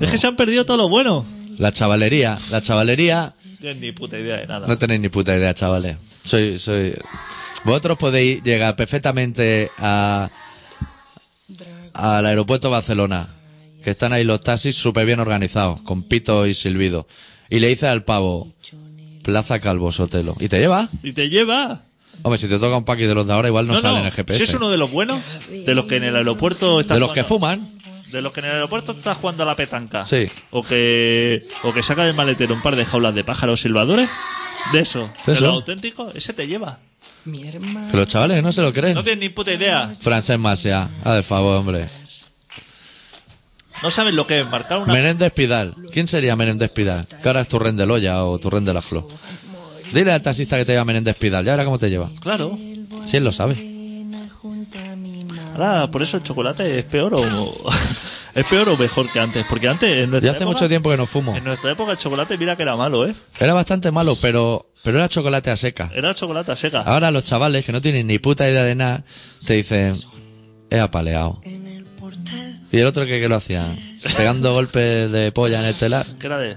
Speaker 5: Es que se han perdido todo lo bueno.
Speaker 1: La chavalería, la chavalería.
Speaker 5: No tienen ni puta idea de nada.
Speaker 1: No tenéis ni puta idea, chavales. Soy, soy. Vosotros podéis llegar perfectamente a al aeropuerto Barcelona, que están ahí los taxis súper bien organizados, con pito y silbido. Y le dices al pavo, Plaza Calvo Sotelo. Y te lleva.
Speaker 5: Y te lleva.
Speaker 1: Hombre, si te toca un paqui de los de ahora, igual no, sale en el GPS.
Speaker 5: Si es uno de los buenos, de los que en el aeropuerto están
Speaker 1: de los que
Speaker 5: jugando-
Speaker 1: fuman.
Speaker 5: De los que en el aeropuerto estás jugando a la petanca.
Speaker 1: Sí.
Speaker 5: O que, o que saca del maletero un par de jaulas de pájaros silbadores. De eso.
Speaker 1: De
Speaker 5: De,
Speaker 1: eso.
Speaker 5: lo auténtico, ese te lleva.
Speaker 1: Que los chavales no se lo creen.
Speaker 5: No tienes ni puta idea.
Speaker 1: Francés Masia, haz el favor, hombre.
Speaker 5: No sabes lo que es marcar una.
Speaker 1: Menéndez Pidal. ¿Quién sería Menéndez Pidal? Que ahora es Turren de Loya o Turren de la Flor. Dile al taxista que te lleva Menéndez Pidal. Ya verá cómo te lleva.
Speaker 5: Claro.
Speaker 1: Si él lo sabe.
Speaker 5: Ahora, por eso el chocolate es peor o. es peor o mejor que antes. Porque antes. En nuestra
Speaker 1: Yo hace
Speaker 5: época-
Speaker 1: mucho tiempo que no fumo.
Speaker 5: En nuestra época el chocolate, mira que era malo, ¿eh?
Speaker 1: Era bastante malo, pero, pero era chocolate a seca.
Speaker 5: Era chocolate a seca.
Speaker 1: Ahora los chavales que no tienen ni puta idea de nada, te dicen, he apaleado. Y el otro que, que lo hacía, pegando golpes de polla en el telar.
Speaker 5: ¿Qué era de-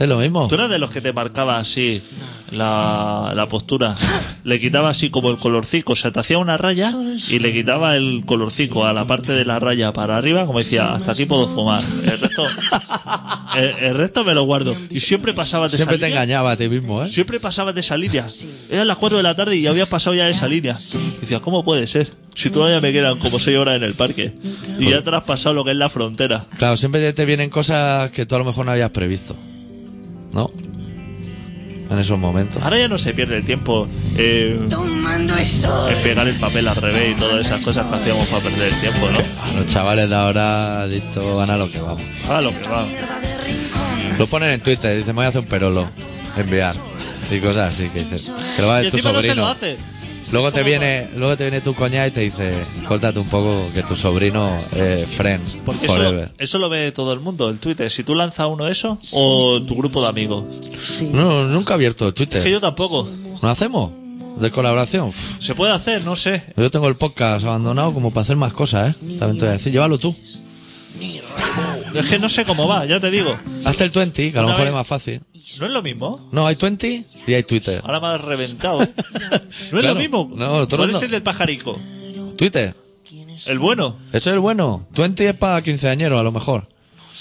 Speaker 1: Es lo mismo.
Speaker 5: ¿Tú eras de los que te marcaba así la, la postura? Le quitaba así como el colorcico, o sea, te hacía una raya y le quitaba el colorcico a la parte de la raya para arriba, como decía, hasta aquí puedo fumar. El resto, el, el resto me lo guardo. Y siempre pasabas de
Speaker 1: Siempre
Speaker 5: esa
Speaker 1: te
Speaker 5: línea,
Speaker 1: engañaba a ti mismo, ¿eh?
Speaker 5: Siempre pasabas de esa línea. Eran las 4 de la tarde y ya habías pasado ya de esa línea. Y decías, ¿cómo puede ser? Si todavía me quedan como 6 horas en el parque y ya te has pasado lo que es la frontera.
Speaker 1: Claro, siempre te vienen cosas que tú a lo mejor no habías previsto. ¿No? En esos momentos.
Speaker 5: Ahora ya no se pierde el tiempo. Eh,
Speaker 7: Tomando eso.
Speaker 5: Es pegar el papel al revés y todas esas cosas que hacíamos para perder el tiempo, ¿no?
Speaker 1: A los chavales de ahora, listo, van a lo que vamos.
Speaker 5: Ah, lo que va.
Speaker 1: Lo ponen en Twitter, dicen, me voy a hacer un perolo. Enviar. Y cosas así que dices. Que lo va a
Speaker 5: Y
Speaker 1: ver tu
Speaker 5: encima no se lo
Speaker 1: sobrino.
Speaker 5: hace.
Speaker 1: Luego te viene, luego te viene tu coña y te dice, córtate un poco que tu sobrino es friend
Speaker 5: Porque eso,
Speaker 1: forever.
Speaker 5: eso lo ve todo el mundo, el Twitter. Si tú lanzas uno eso, o tu grupo de amigos.
Speaker 1: No, nunca he abierto
Speaker 5: Es que
Speaker 1: Twitter.
Speaker 5: yo tampoco.
Speaker 1: ¿No hacemos? ¿De colaboración? Uf,
Speaker 5: Se puede hacer, no sé.
Speaker 1: Yo tengo el podcast abandonado como para hacer más cosas, ¿eh? También te voy a decir, llévalo tú.
Speaker 5: Es que no sé cómo va, ya te digo.
Speaker 1: Hazte el 20, que a lo
Speaker 5: Una
Speaker 1: mejor
Speaker 5: vez-
Speaker 1: es más fácil.
Speaker 5: ¿No es lo mismo?
Speaker 1: No, hay 20 y hay Twitter.
Speaker 5: Ahora me has reventado. ¿No es
Speaker 1: Claro.
Speaker 5: lo mismo?
Speaker 1: No, todo
Speaker 5: ¿Cuál
Speaker 1: no.
Speaker 5: es el del pajarico?
Speaker 1: Twitter.
Speaker 5: El bueno.
Speaker 1: Eso es bueno. 20 es para quinceañeros, a lo mejor.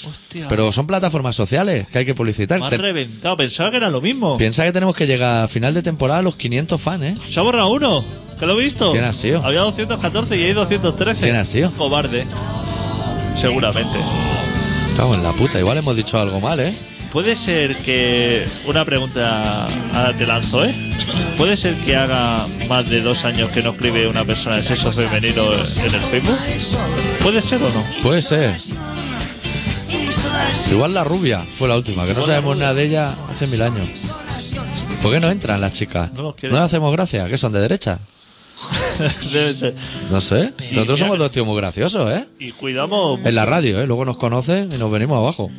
Speaker 5: Hostia.
Speaker 1: Pero son plataformas sociales que hay que publicitar.
Speaker 5: me has
Speaker 1: Te-
Speaker 5: reventado. Pensaba que era lo mismo.
Speaker 1: Piensa que tenemos que llegar a final de temporada a los 500 fans, ¿eh?
Speaker 5: Se ha borrado uno. ¿Que lo he visto?
Speaker 1: ¿Quién ha sido?
Speaker 5: Había 214 y hay 213.
Speaker 1: ¿Quién ha sido?
Speaker 5: Cobarde. Seguramente.
Speaker 1: Cago en la puta, igual hemos dicho algo mal, ¿eh?
Speaker 5: Puede ser que. Una pregunta. Ahora te lanzo, ¿eh? ¿Puede ser que haga más de dos años que no escribe una persona de sexo femenino en el Facebook? ¿Puede ser o no?
Speaker 1: Puede ser. Igual la rubia fue la última, que no sabemos nada de ella hace mil años. ¿Por qué no entran las chicas?
Speaker 5: No
Speaker 1: No
Speaker 5: nos quieren.
Speaker 1: le hacemos gracia, que son de derecha.
Speaker 5: Debe ser.
Speaker 1: No sé. Nosotros
Speaker 5: ya-
Speaker 1: somos dos tíos muy graciosos, ¿eh?
Speaker 5: Y cuidamos.
Speaker 1: En la radio, ¿eh? Luego nos conocen y nos venimos abajo.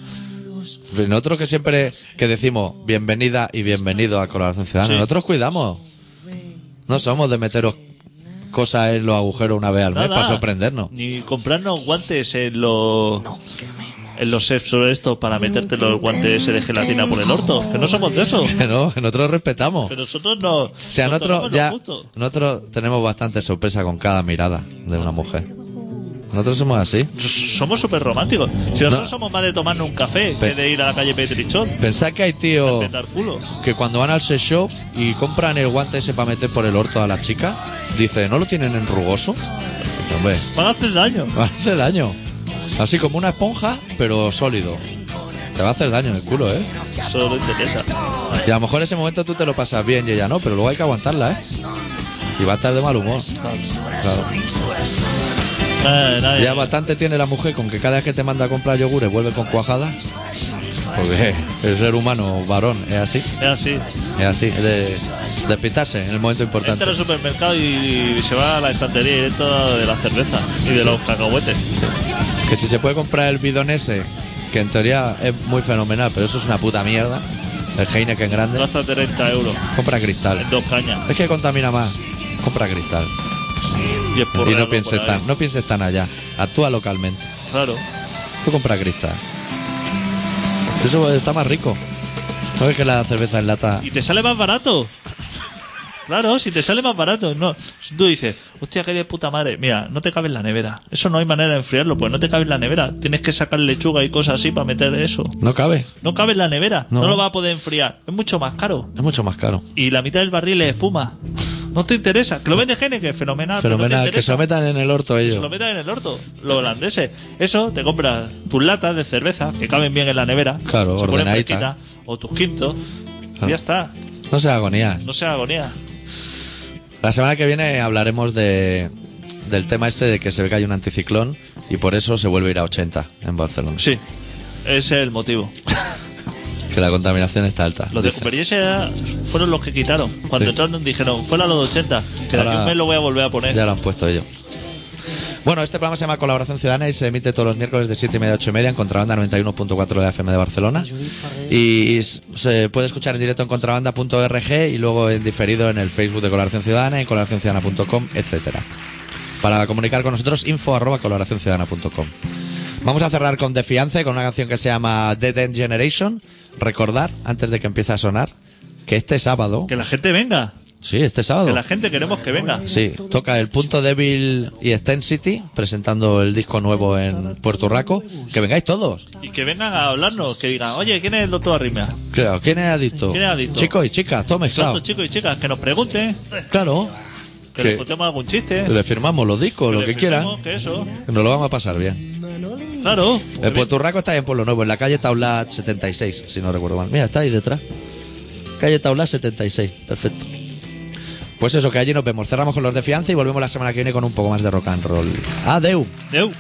Speaker 1: Nosotros que siempre que decimos bienvenida y bienvenido a Colaboración Ciudadana,
Speaker 5: Sí.
Speaker 1: nosotros cuidamos. No somos de meteros cosas en los agujeros una vez al mes
Speaker 5: nada.
Speaker 1: para sorprendernos.
Speaker 5: Ni comprarnos guantes en los. En los sobre esto para meterte los guantes de gelatina por el orto. Que no somos de eso.
Speaker 1: Que no, que nosotros respetamos.
Speaker 5: Que nosotros no. O
Speaker 1: O sea, nosotros ya nosotros tenemos bastante sorpresa con cada mirada de una mujer. Nosotros somos así.
Speaker 5: Somos súper románticos. Si nosotros somos más de tomarnos un café
Speaker 1: Pe-
Speaker 5: que de ir a la calle Petrichón.
Speaker 1: Pensad que hay tíos
Speaker 5: Petar culo.
Speaker 1: que cuando van al sex shop y compran el guante ese para meter por el orto a la chica, dice, ¿no lo tienen en rugoso? Dice, hombre,
Speaker 5: Van a hacer daño.
Speaker 1: me hace daño. Así como una esponja, pero sólido. Te va a hacer daño en el culo, ¿eh?
Speaker 5: Eso no interesa.
Speaker 1: Y a lo mejor en ese momento tú te lo pasas bien y ella no, pero luego hay que aguantarla, ¿eh? Y va a estar de mal humor. Claro.
Speaker 5: Eh, nadie-
Speaker 1: Ya bastante tiene la mujer con que cada vez que te manda a comprar yogures vuelve con cuajada. Porque el ser humano varón es así,
Speaker 5: es así.
Speaker 1: es así, es de despistarse en el momento importante.
Speaker 5: Entra al supermercado y se va a la estantería directa de la cerveza y de los cacahuetes.
Speaker 1: Que si se puede comprar el bidón ese, que en teoría es muy fenomenal, pero eso es una puta mierda. El Heineken grande,
Speaker 5: Gasta 30 euros
Speaker 1: compra cristal.
Speaker 5: en dos cañas.
Speaker 1: Es que contamina más, compra cristal.
Speaker 5: Y, es por
Speaker 1: Y no
Speaker 5: algo
Speaker 1: pienses
Speaker 5: por ahí.
Speaker 1: tan, no pienses tan allá. Actúa localmente.
Speaker 5: Claro.
Speaker 1: Tú compra cristal. Eso está más rico. ¿No ves que la cerveza en lata
Speaker 5: Y te sale más barato. Claro, si te sale más barato. No, Si tú dices, hostia, qué de puta madre. Mira, no te cabe en la nevera. Eso no hay manera de enfriarlo, pues no te cabe en la nevera. Tienes que sacar lechuga y cosas así para meter eso.
Speaker 1: no cabe?
Speaker 5: No cabe en la nevera.
Speaker 1: No.
Speaker 5: No, lo va a poder enfriar. Es mucho más caro.
Speaker 1: Es mucho más caro.
Speaker 5: Y la mitad del barril es espuma. No te interesa. Que lo vende Gene, que es fenomenal. Ah, pero no te
Speaker 1: Fenomenal, que se
Speaker 5: interesa.
Speaker 1: lo metan en el orto
Speaker 5: Se lo
Speaker 1: ellos.
Speaker 5: metan en el orto, los holandeses. Eso, te compras tus latas de cerveza, que caben bien en la nevera.
Speaker 1: Claro,
Speaker 5: se ponen
Speaker 1: ordenadita.
Speaker 5: fresquitas, O tus quintos.
Speaker 1: Claro.
Speaker 5: Y ya está.
Speaker 1: No sea agonía.
Speaker 5: No sea agonía.
Speaker 1: La semana que viene hablaremos de, del tema este de que se ve que hay un anticiclón y por eso se vuelve a ir a 80 en Barcelona.
Speaker 5: Sí, ese es el motivo.
Speaker 1: Que la contaminación está alta.
Speaker 5: Los de
Speaker 1: dice.
Speaker 5: Cooper Jesse fueron los que quitaron. Cuando
Speaker 1: Sí.
Speaker 5: entraron dijeron, fuera los 80, que de aquí a
Speaker 1: Ahora-
Speaker 5: un mes lo voy a volver a poner.
Speaker 1: Ya lo han puesto ellos. Bueno, este programa se llama Colaboración Ciudadana y se emite todos los miércoles de 7 y media a 8 y media en Contrabanda 91.4 de la FM de Barcelona. Y s- se puede escuchar en directo en contrabanda.org y luego en diferido en el Facebook de Colaboración Ciudadana, en colaboracionciudadana.com, etcétera. Para comunicar con nosotros, info arroba colaboracionciudadana.com. Vamos a cerrar con Defiance, con una canción que se llama Dead End Generation. Recordar, antes de que empiece a sonar, que este sábado...
Speaker 5: Que la gente venga.
Speaker 1: Sí, este sábado.
Speaker 5: Que la gente queremos que venga.
Speaker 1: Sí, toca el punto débil y Extensity, presentando el disco nuevo en Puerto Rico. Que vengáis todos.
Speaker 5: Y que vengan a hablarnos. Que digan, oye, ¿quién es el doctor Arrimia?
Speaker 1: Claro, ¿quién es adicto?
Speaker 5: ¿Quién es adicto?
Speaker 1: Chicos y chicas, todo mezclado.
Speaker 5: Tantos chicos y chicas que nos pregunten.
Speaker 1: Claro,
Speaker 5: Que
Speaker 1: Que-
Speaker 5: les contemos algún chiste.
Speaker 1: le firmamos los discos, lo
Speaker 5: les
Speaker 1: que quieran.
Speaker 5: firmemos, Que eso.
Speaker 1: Nos lo vamos a pasar bien.
Speaker 5: Claro.
Speaker 1: El Puerto Rico está en Pueblo Nuevo, en la calle Taulat 76, si no recuerdo mal. Mira, está ahí detrás. Calle Taulat 76, perfecto. Pues eso, que allí nos vemos. Cerramos con los de fianza y volvemos la semana que viene con un poco más de rock and roll. Adeu.
Speaker 5: Deu.